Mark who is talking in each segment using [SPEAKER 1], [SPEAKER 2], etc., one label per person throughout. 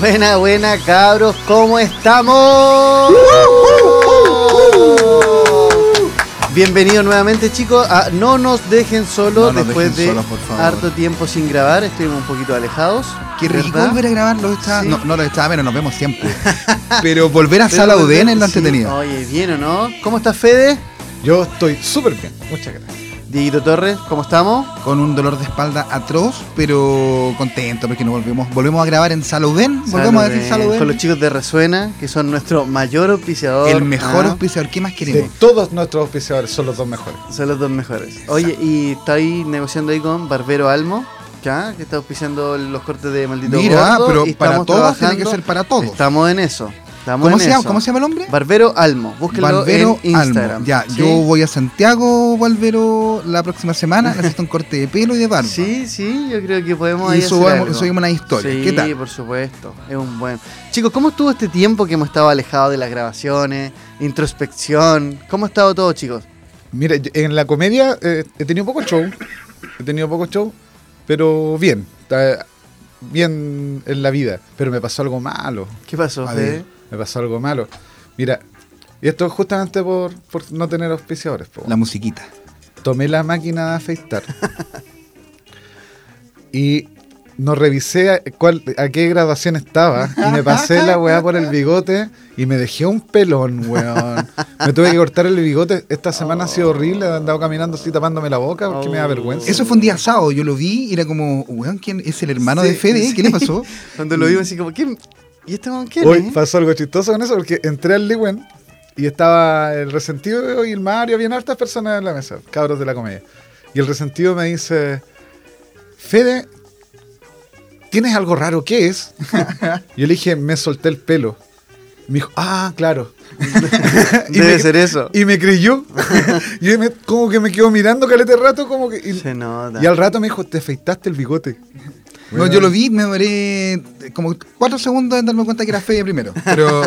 [SPEAKER 1] Buena, buena, cabros, ¿cómo estamos? Bienvenidos nuevamente, chicos. a no nos dejen solos
[SPEAKER 2] No nos
[SPEAKER 1] después
[SPEAKER 2] dejen
[SPEAKER 1] de
[SPEAKER 2] solos, por favor.
[SPEAKER 1] harto tiempo sin grabar. Estuvimos un poquito alejados.
[SPEAKER 2] Qué rico
[SPEAKER 1] ¿verdad?
[SPEAKER 2] volver a grabarlo. Está...
[SPEAKER 1] Sí.
[SPEAKER 2] No, no lo estaba, pero nos vemos siempre. pero volver a
[SPEAKER 1] Pero
[SPEAKER 2] Sala
[SPEAKER 1] volver-
[SPEAKER 2] UDN es lo
[SPEAKER 1] sí,
[SPEAKER 2] entretenido.
[SPEAKER 1] Oye, bien o no. ¿Cómo estás, Fede?
[SPEAKER 3] Yo estoy súper bien, muchas gracias.
[SPEAKER 1] Dieguito Torres, ¿cómo estamos?
[SPEAKER 2] Con un dolor de espalda atroz, pero contento porque nos volvemos. Volvemos a grabar en Sala UDN. Volvemos a decir Sala
[SPEAKER 1] Saluden. Con los
[SPEAKER 2] UDN.
[SPEAKER 1] chicos de Resuena, que son nuestro mayor auspiciador.
[SPEAKER 2] El mejor
[SPEAKER 1] Ah,
[SPEAKER 2] auspiciador. ¿Qué más
[SPEAKER 3] De
[SPEAKER 2] queremos?
[SPEAKER 3] todos nuestros auspiciadores son los dos mejores.
[SPEAKER 1] Son los dos mejores. Oye, y está ahí negociando ahí con Barbero Almo, ya, que está auspiciando los cortes de Maldito
[SPEAKER 2] Mira, ah,
[SPEAKER 1] Gordo,
[SPEAKER 2] pero
[SPEAKER 1] y
[SPEAKER 2] para
[SPEAKER 1] estamos
[SPEAKER 2] todos tiene que
[SPEAKER 1] trabajando-
[SPEAKER 2] ser para todos.
[SPEAKER 1] Estamos en eso. Estamos
[SPEAKER 2] ¿Cómo
[SPEAKER 1] en
[SPEAKER 2] se, llama,
[SPEAKER 1] eso.
[SPEAKER 2] ¿Cómo se llama el hombre?
[SPEAKER 1] Barbero Almo, búsquenlo
[SPEAKER 2] Barbero
[SPEAKER 1] en Instagram.
[SPEAKER 2] Almo. Ya,
[SPEAKER 1] ¿sí?
[SPEAKER 2] yo voy a Santiago, Barbero, la próxima semana. Necesito un corte de pelo y de barba.
[SPEAKER 1] Sí, sí, yo creo que podemos
[SPEAKER 2] y
[SPEAKER 1] ahí hacer algo.
[SPEAKER 2] subamos, subimos una historia.
[SPEAKER 1] Sí,
[SPEAKER 2] ¿Qué tal?
[SPEAKER 1] por supuesto. Es un buen. Chicos, ¿cómo estuvo este tiempo que hemos estado alejados de las grabaciones? Introspección. ¿Cómo ha estado todo, chicos?
[SPEAKER 3] Mira, yo- en la comedia eh, he tenido poco show, he tenido poco show, pero bien, está bien en la vida. Pero me pasó algo malo,
[SPEAKER 1] ¿Qué pasó,
[SPEAKER 2] A
[SPEAKER 1] Fede?
[SPEAKER 2] ver.
[SPEAKER 3] me pasó algo malo. Mira, y esto es justamente por, por no tener auspiciadores. po.
[SPEAKER 2] La musiquita.
[SPEAKER 3] Tomé la máquina de afeitar y no revisé a, cuál- a qué graduación estaba y me pasé la weá por el bigote y me dejé un pelón, weón. Me tuve que cortar el bigote. Esta semana ha sido horrible, he andado caminando así tapándome la boca porque me da vergüenza.
[SPEAKER 2] Eso fue un día sábado, yo lo vi y era como, weón, ¿quién es el hermano
[SPEAKER 1] Sí,
[SPEAKER 2] de Fede?
[SPEAKER 1] sí.
[SPEAKER 2] ¿Qué le pasó?
[SPEAKER 1] Cuando lo vimos así como, ¿quién? ¿Y este con quién?
[SPEAKER 3] Hoy
[SPEAKER 1] es?
[SPEAKER 3] pasó algo chistoso con eso porque entré al Liwen y estaba el resentido y el Mario, bien hartas personas en la mesa, cabros de la comedia. Y el resentido me dice, Fede, ¿tienes algo raro? ¿Qué es? y yo le dije, me solté el pelo. Me dijo, ah, claro. Y
[SPEAKER 1] Debe
[SPEAKER 3] me-
[SPEAKER 1] ser eso.
[SPEAKER 3] Y me creyó. y me- como que me quedó mirando calete rato, como que... Y,
[SPEAKER 1] Se nota.
[SPEAKER 3] y al rato me dijo, te afeitaste el bigote.
[SPEAKER 2] No, yo lo vi, me demoré eh, como cuatro segundos en darme cuenta que era Fede primero. Pero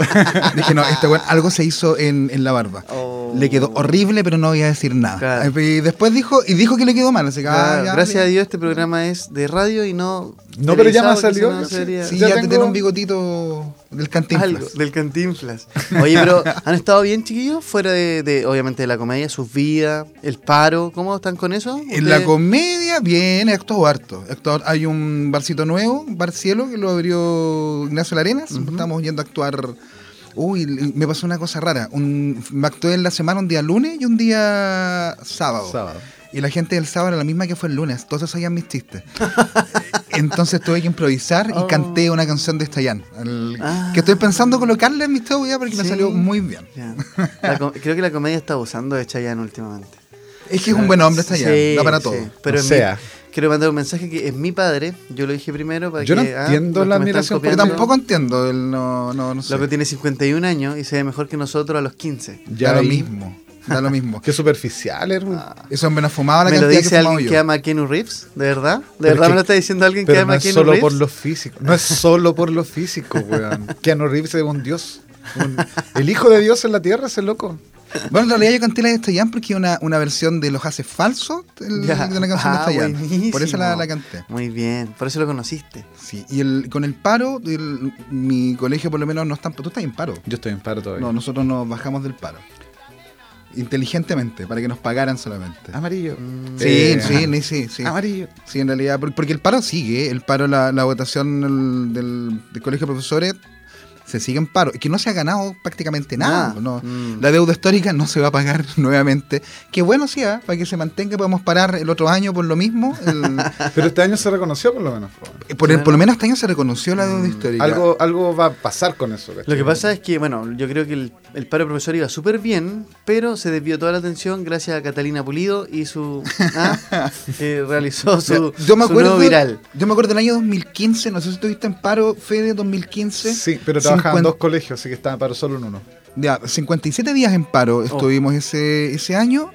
[SPEAKER 2] dije, no, este weón, algo se hizo en, en la barba.
[SPEAKER 1] Oh.
[SPEAKER 2] Le quedó horrible, pero no voy a decir nada.
[SPEAKER 1] Claro.
[SPEAKER 2] Y después dijo, y dijo que le quedó mal, así que, ah,
[SPEAKER 1] Claro,
[SPEAKER 2] ya,
[SPEAKER 1] gracias
[SPEAKER 2] bien.
[SPEAKER 1] a Dios este programa es de radio y no...
[SPEAKER 3] No, pero ya
[SPEAKER 1] televisado,
[SPEAKER 3] me
[SPEAKER 1] que
[SPEAKER 3] salió,
[SPEAKER 1] eso no
[SPEAKER 3] sí,
[SPEAKER 1] sería-
[SPEAKER 2] Sí,
[SPEAKER 3] Ya
[SPEAKER 2] ya,
[SPEAKER 3] tengo-
[SPEAKER 2] te dieron un bigotito del cantinflas.
[SPEAKER 1] Algo del cantinflas. Oye, pero ¿han estado bien, chiquillos? Fuera de, de, obviamente, de la comedia, sus vidas, el paro, ¿cómo están con eso?
[SPEAKER 2] En la
[SPEAKER 1] Ustedes-
[SPEAKER 2] comedia, bien, he actuado harto. He actuado- hay un barcito nuevo, Bar Cielo, que lo abrió Ignacio Larenas. Estamos yendo a actuar. Uy, l- me pasó una cosa rara. Un, me actué en la semana un día lunes y un día sábado.
[SPEAKER 3] Sábado.
[SPEAKER 2] Y la gente del sábado era la misma que fue el lunes. Todos sabían mis chistes. Entonces tuve que improvisar y
[SPEAKER 1] Oh.
[SPEAKER 2] canté una canción de Estayan. el-
[SPEAKER 1] Ah.
[SPEAKER 2] Que estoy pensando colocarle en mi historia porque me
[SPEAKER 1] Sí.
[SPEAKER 2] salió muy bien.
[SPEAKER 1] Ya. La com- creo que la comedia está abusando de Chayanne últimamente.
[SPEAKER 2] Es que es un buen hombre Estayan.
[SPEAKER 1] Ah, Sí,
[SPEAKER 2] da para
[SPEAKER 1] sí.
[SPEAKER 2] todo.
[SPEAKER 1] Pero
[SPEAKER 3] O
[SPEAKER 1] es mi-
[SPEAKER 3] sea.
[SPEAKER 1] quiero mandar un mensaje que es mi padre, yo lo dije primero para
[SPEAKER 3] Yo no
[SPEAKER 1] que, ah,
[SPEAKER 3] entiendo
[SPEAKER 1] los que
[SPEAKER 3] la
[SPEAKER 1] me están
[SPEAKER 3] admiración por
[SPEAKER 2] Yo
[SPEAKER 1] copiando,
[SPEAKER 2] tampoco entiendo. el no, no, no sé.
[SPEAKER 1] Loco tiene 51 años y se ve mejor que nosotros a los 15.
[SPEAKER 3] Ya
[SPEAKER 2] da
[SPEAKER 3] ahí-
[SPEAKER 2] lo mismo. Da lo mismo.
[SPEAKER 3] Qué superficial, hermano.
[SPEAKER 1] Ah.
[SPEAKER 2] Eso me la fumaba la
[SPEAKER 1] me lo
[SPEAKER 2] cantidad
[SPEAKER 1] dice
[SPEAKER 2] que fumaba
[SPEAKER 1] alguien
[SPEAKER 2] yo.
[SPEAKER 1] que ama a Keanu Reeves, ¿de verdad? ¿De
[SPEAKER 3] Pero es
[SPEAKER 1] verdad me
[SPEAKER 3] que-
[SPEAKER 1] lo está diciendo alguien que
[SPEAKER 3] Pero
[SPEAKER 1] ama
[SPEAKER 3] no
[SPEAKER 1] a
[SPEAKER 3] es
[SPEAKER 1] Keanu
[SPEAKER 3] solo
[SPEAKER 1] Reeves?
[SPEAKER 3] por lo físico. No es solo por lo físico, weón. Keanu Reeves es un dios. un- el hijo de Dios en la tierra, ese loco.
[SPEAKER 2] Bueno, en realidad yo canté la de Estayan porque es una, una versión de Los Haces Falsos el-
[SPEAKER 1] Ya.
[SPEAKER 2] de una canción
[SPEAKER 1] Ah,
[SPEAKER 2] de Estayan.
[SPEAKER 1] buenísimo.
[SPEAKER 2] Por eso la, la canté.
[SPEAKER 1] Muy bien, por eso lo conociste.
[SPEAKER 2] Sí. Y el, con el paro, el- mi colegio por lo menos no está. Tú estás en paro.
[SPEAKER 3] Yo estoy en paro todavía.
[SPEAKER 2] No, nosotros nos bajamos del paro. Inteligentemente, para que nos pagaran solamente.
[SPEAKER 1] Ah,
[SPEAKER 3] Amarillo.
[SPEAKER 2] sí,
[SPEAKER 3] Eh,
[SPEAKER 2] sí, ni- sí, sí.
[SPEAKER 3] Amarillo.
[SPEAKER 2] Sí, en realidad, por- porque el paro sigue, el paro, la, la votación del, del- del colegio de profesores se sigue en paro, que no se ha ganado prácticamente nada.
[SPEAKER 1] Nada.
[SPEAKER 2] ¿no?
[SPEAKER 1] Mm.
[SPEAKER 2] La deuda histórica no se va a pagar nuevamente. Que bueno sea, para que se mantenga, podemos parar el otro año por lo mismo. el- eh,
[SPEAKER 3] Pero este año se reconoció, por lo menos. po.
[SPEAKER 2] por, el- por lo menos este año se reconoció la
[SPEAKER 1] Mm.
[SPEAKER 2] deuda histórica.
[SPEAKER 3] Algo, algo va a pasar con eso. ¿cachai?
[SPEAKER 1] Lo que pasa es que, bueno, yo creo que el, el paro profesor iba súper bien, pero se desvió toda la atención gracias a Catalina Pulido y su. ah, que realizó su,
[SPEAKER 2] yo me
[SPEAKER 1] su
[SPEAKER 2] acuerdo,
[SPEAKER 1] nuevo viral.
[SPEAKER 2] Yo me acuerdo del año 2015, no sé si estuviste en paro, Fede, 2015.
[SPEAKER 3] Sí, pero trabajaban
[SPEAKER 2] cincuenta-
[SPEAKER 3] dos colegios, así que estaba en paro solo en uno. Oh.
[SPEAKER 2] Ya, 57 días en paro estuvimos ese, ese año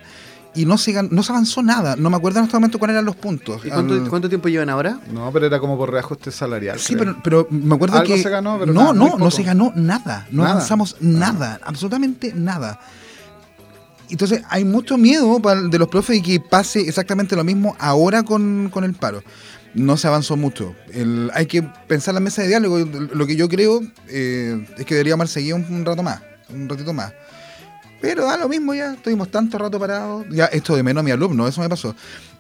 [SPEAKER 2] y no se, gan- no se avanzó nada. No me acuerdo en este momento cuáles eran los puntos.
[SPEAKER 1] ¿Y cuánto,
[SPEAKER 2] Al-
[SPEAKER 1] cuánto tiempo llevan ahora?
[SPEAKER 3] No, pero era como por reajuste salarial.
[SPEAKER 2] Sí,
[SPEAKER 3] creo.
[SPEAKER 2] pero, pero me acuerdo
[SPEAKER 3] Algo
[SPEAKER 2] que.
[SPEAKER 3] se ganó, pero nada,
[SPEAKER 2] no,
[SPEAKER 3] muy
[SPEAKER 2] no,
[SPEAKER 3] poco.
[SPEAKER 2] no se ganó nada. No
[SPEAKER 3] Nada. Ah.
[SPEAKER 2] avanzamos nada, absolutamente nada. Entonces hay mucho miedo pa- de los profes de que pase exactamente lo mismo ahora con, con el paro. No se avanzó mucho. El- hay que pensar la mesa de diálogo. Lo que yo creo eh, es que deberíamos haber seguido un, un rato más, un ratito más. Pero da lo mismo ya, estuvimos tanto rato parados. Ya, esto de menos a mi alumno, eso me pasó.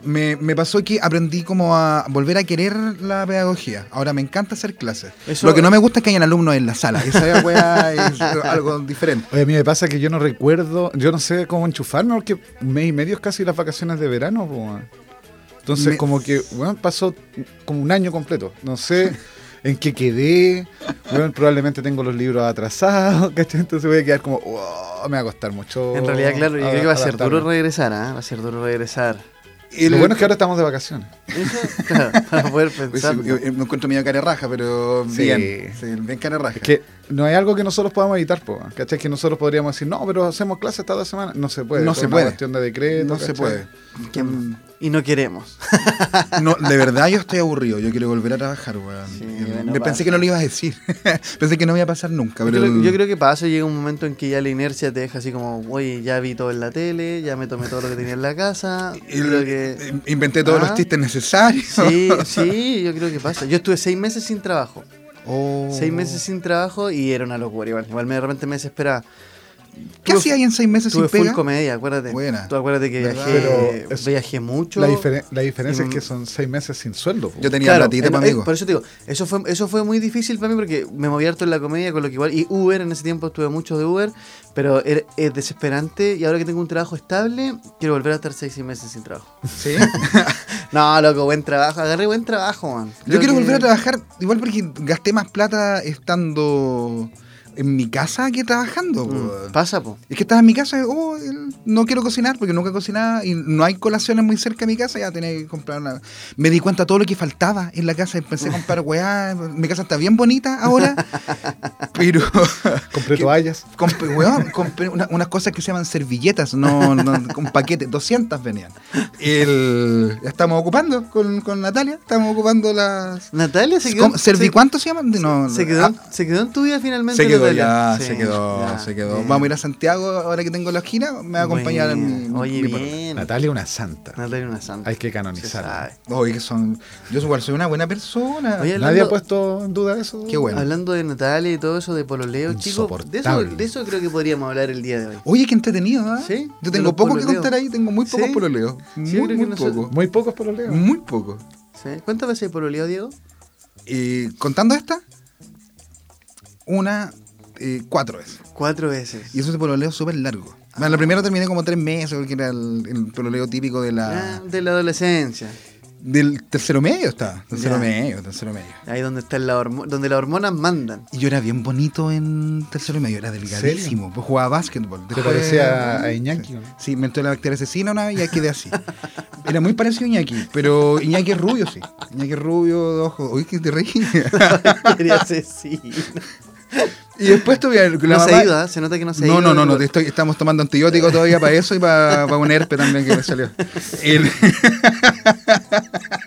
[SPEAKER 2] Me, me pasó que aprendí como a volver a querer la pedagogía. Ahora me encanta hacer clases.
[SPEAKER 1] Eso-
[SPEAKER 2] Lo que no me gusta es que hayan alumnos en la sala. Esa weá es algo diferente.
[SPEAKER 3] Oye, a mí me pasa que yo no recuerdo, yo no sé cómo enchufarme porque un mes y medio es casi las vacaciones de verano. po, weón. Entonces,
[SPEAKER 2] Me-
[SPEAKER 3] como que, weón, pasó como un año completo. No sé en qué quedé. weón, probablemente tengo los libros atrasados, ¿cachai? Entonces voy a quedar como, "Oh, me va a costar mucho.
[SPEAKER 1] En realidad, claro, yo
[SPEAKER 3] a-
[SPEAKER 1] creo que va a ser
[SPEAKER 3] adaptarme".
[SPEAKER 1] duro regresar, ¿ah? Va a ser duro regresar.
[SPEAKER 2] Y
[SPEAKER 3] Lo bueno es que ahora estamos de vacaciones.
[SPEAKER 1] Eso, claro, para poder pensar.
[SPEAKER 2] yo, yo me encuentro medio cara raja, pero
[SPEAKER 3] Sí.
[SPEAKER 2] bien. Sí, bien cara raja.
[SPEAKER 3] Es que no hay algo que nosotros podamos evitar, po, weón, ¿cachai? Que nosotros podríamos decir, no, pero hacemos clases estas dos semanas. No se puede.
[SPEAKER 2] No
[SPEAKER 3] por
[SPEAKER 2] se
[SPEAKER 3] una
[SPEAKER 2] puede.
[SPEAKER 3] cuestión de decreto.
[SPEAKER 2] no se
[SPEAKER 3] ¿cachai?
[SPEAKER 2] puede. Que-
[SPEAKER 1] Y no queremos.
[SPEAKER 2] no, de verdad yo estoy aburrido. Yo quiero volver a trabajar, weón.
[SPEAKER 1] Sí,
[SPEAKER 2] Eh,
[SPEAKER 1] bueno,
[SPEAKER 2] me
[SPEAKER 1] pasa.
[SPEAKER 2] pensé que no lo ibas a decir. pensé que no me iba a pasar nunca. Pero
[SPEAKER 1] yo, creo,
[SPEAKER 2] el-
[SPEAKER 1] yo creo que pasa, llega un momento en que ya la inercia te deja así como, oye, ya vi todo en la tele, ya me tomé todo lo que tenía en la casa.
[SPEAKER 2] el-
[SPEAKER 1] creo que...
[SPEAKER 2] eh, inventé todos
[SPEAKER 1] Ah.
[SPEAKER 2] los chistes necesarios.
[SPEAKER 1] Sí, sí, yo creo que pasa. Yo estuve seis meses sin trabajo.
[SPEAKER 2] Oh.
[SPEAKER 1] Seis meses sin trabajo y era una locura. Igual, igual me, de repente me desesperaba.
[SPEAKER 2] ¿Qué
[SPEAKER 1] Tuve-
[SPEAKER 2] hacía ahí en seis meses sin
[SPEAKER 1] Tuve full
[SPEAKER 2] pega?
[SPEAKER 1] comedia, acuérdate.
[SPEAKER 2] Buena.
[SPEAKER 1] Tú acuérdate que
[SPEAKER 2] ¿Verdad?
[SPEAKER 1] viajé,
[SPEAKER 3] Pero es-
[SPEAKER 1] viajé mucho.
[SPEAKER 3] La, diferen- la diferencia
[SPEAKER 1] Y-
[SPEAKER 3] es que son seis meses sin sueldo. po.
[SPEAKER 2] Yo tenía
[SPEAKER 1] Claro,
[SPEAKER 2] platita
[SPEAKER 1] eh,
[SPEAKER 2] para
[SPEAKER 1] eh,
[SPEAKER 2] amigos.
[SPEAKER 1] Por eso te digo, eso fue, eso fue muy difícil para mí porque me moví harto en la comedia, con lo que igual. Y Uber, en ese tiempo estuve mucho de Uber, pero era- es desesperante. Y ahora que tengo un trabajo estable, quiero volver a estar seis seis meses sin trabajo.
[SPEAKER 2] Sí.
[SPEAKER 1] No, loco, buen trabajo. Agarré buen trabajo, man.
[SPEAKER 2] Yo
[SPEAKER 1] Creo
[SPEAKER 2] quiero
[SPEAKER 1] que-
[SPEAKER 2] volver a trabajar, igual porque gasté más plata estando en mi casa que trabajando.
[SPEAKER 1] Mm,
[SPEAKER 2] po.
[SPEAKER 1] Pasa, po.
[SPEAKER 2] Es que estaba en mi casa, oh, el- no quiero cocinar porque nunca cocinaba y no hay colaciones muy cerca de mi casa, ya tenía que comprar una... Me di cuenta de todo lo que faltaba en la
[SPEAKER 1] Oh.
[SPEAKER 2] casa, empecé a comprar weá, mi casa está bien bonita ahora, pero
[SPEAKER 3] Compré
[SPEAKER 2] ¿Qué?
[SPEAKER 3] toallas.
[SPEAKER 2] compré, weón, compré una- unas cosas que se llaman servilletas, no, no con paquetes, 200 venían. El, ya estamos ocupando con, con Natalia, estamos ocupando las...
[SPEAKER 1] Natalia se quedó.
[SPEAKER 2] ¿Cómo? ¿Servi
[SPEAKER 1] se-
[SPEAKER 2] cuánto se llama? No,
[SPEAKER 1] Se quedó,
[SPEAKER 2] ah,
[SPEAKER 1] se quedó en tu vida finalmente.
[SPEAKER 2] se quedó
[SPEAKER 1] Natalia.
[SPEAKER 2] ya,
[SPEAKER 1] Sí,
[SPEAKER 2] se quedó,
[SPEAKER 1] ya,
[SPEAKER 2] se quedó.
[SPEAKER 1] bien.
[SPEAKER 2] Vamos a ir a Santiago ahora que tengo la esquina, me va a acompañar en mi,
[SPEAKER 1] Buena.
[SPEAKER 2] mi-
[SPEAKER 1] Oye,
[SPEAKER 2] mi polola.
[SPEAKER 1] bien.
[SPEAKER 3] Natalia una santa.
[SPEAKER 2] Ah,
[SPEAKER 1] Natalia una santa.
[SPEAKER 3] Hay que
[SPEAKER 1] Se
[SPEAKER 3] canonizarla.
[SPEAKER 1] sabe.
[SPEAKER 2] Oye, que son. Yo igual soy una buena persona.
[SPEAKER 1] Oye,
[SPEAKER 3] Nadie ha
[SPEAKER 1] hablando-
[SPEAKER 3] puesto en duda eso.
[SPEAKER 2] Qué bueno.
[SPEAKER 1] Hablando de Natalia y todo eso, de pololeo, chicos, de eso,
[SPEAKER 3] Insoportable.
[SPEAKER 1] de eso creo que podríamos hablar el día de hoy.
[SPEAKER 2] Oye, qué entretenido, ¿ah?
[SPEAKER 1] Sí, de
[SPEAKER 2] Yo tengo
[SPEAKER 1] los
[SPEAKER 2] poco que
[SPEAKER 1] pololeos.
[SPEAKER 2] contar ahí, tengo muy pocos
[SPEAKER 1] Sí.
[SPEAKER 2] pololeos. Muy,
[SPEAKER 1] yo creo que
[SPEAKER 2] muy
[SPEAKER 1] no sé-
[SPEAKER 2] poco.
[SPEAKER 3] Muy pocos por los leos.
[SPEAKER 2] Muy poco.
[SPEAKER 1] ¿Sí? ¿Cuántas veces hay pololeo, Diego?
[SPEAKER 2] Y contando esta, una, eh, cuatro veces.
[SPEAKER 1] Cuatro veces.
[SPEAKER 2] Y eso es pololeo súper largo. Bueno,
[SPEAKER 1] Ah.
[SPEAKER 2] la primera terminé como tres meses, porque era el, el pololeo típico de
[SPEAKER 1] Ah,
[SPEAKER 2] la,
[SPEAKER 1] de la adolescencia.
[SPEAKER 2] del tercero medio, está. Tercero
[SPEAKER 1] Ya.
[SPEAKER 2] medio, tercero medio.
[SPEAKER 1] Ahí donde están la hormo- donde las hormonas mandan.
[SPEAKER 2] Y yo era bien bonito en tercero y medio, era delgadísimo. Pues jugaba básquetbol.
[SPEAKER 3] Te parecía a Iñaki. ¿no?
[SPEAKER 2] Sí, me entró la bacteria asesina una vez y ya quedé así. Era muy parecido a Iñaki, pero Iñaki es rubio, sí. Iñaki es rubio, de ojo. Uy, que te reí.
[SPEAKER 1] Quería ser sí.
[SPEAKER 2] Y después tuve la
[SPEAKER 1] No se
[SPEAKER 2] mamá-
[SPEAKER 1] ha ido, ¿ah? se nota que no se ha
[SPEAKER 2] No,
[SPEAKER 1] ido.
[SPEAKER 2] no, no,
[SPEAKER 1] Diego.
[SPEAKER 2] no, te estoy- estamos tomando antibiótico todavía para eso y para, para un herpe también que me salió. El,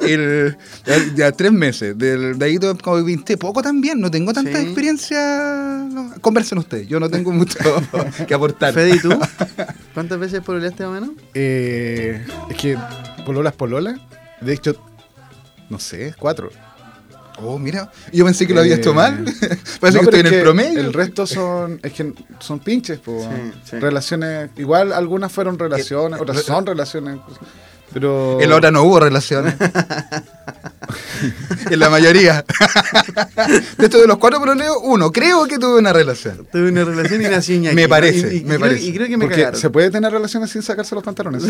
[SPEAKER 2] el- ya, ya tres meses, del, de ahí to- como viste poco también, no tengo tanta
[SPEAKER 1] Sí.
[SPEAKER 2] experiencia. no, conversen ustedes, yo no tengo mucho que aportar.
[SPEAKER 1] Fede, ¿y tú? ¿Cuántas veces pololeaste más o menos?
[SPEAKER 3] Eh, es que pololas pololas. De hecho, no sé, cuatro.
[SPEAKER 2] Oh, mira, yo pensé que lo había
[SPEAKER 3] Eh,
[SPEAKER 2] hecho mal. Parece
[SPEAKER 3] No,
[SPEAKER 2] que
[SPEAKER 3] pero
[SPEAKER 2] estoy
[SPEAKER 3] es
[SPEAKER 2] en el promedio.
[SPEAKER 3] El resto son, es que son pinches, po.
[SPEAKER 1] Sí, sí.
[SPEAKER 3] Relaciones. Igual algunas fueron relaciones,
[SPEAKER 2] Eh,
[SPEAKER 3] otras
[SPEAKER 2] re-
[SPEAKER 3] son relaciones. pues. Pero.
[SPEAKER 2] El ahora no hubo relaciones. en la mayoría. de estos de los cuatro proleos, uno, creo que tuve una relación.
[SPEAKER 1] Tuve una relación y nací Iñaki.
[SPEAKER 2] Me parece,
[SPEAKER 1] Y- y
[SPEAKER 2] me
[SPEAKER 1] creo-
[SPEAKER 2] parece.
[SPEAKER 1] Y creo que me
[SPEAKER 3] Porque
[SPEAKER 1] cagaron.
[SPEAKER 3] se puede tener relaciones sin sacarse los pantalones.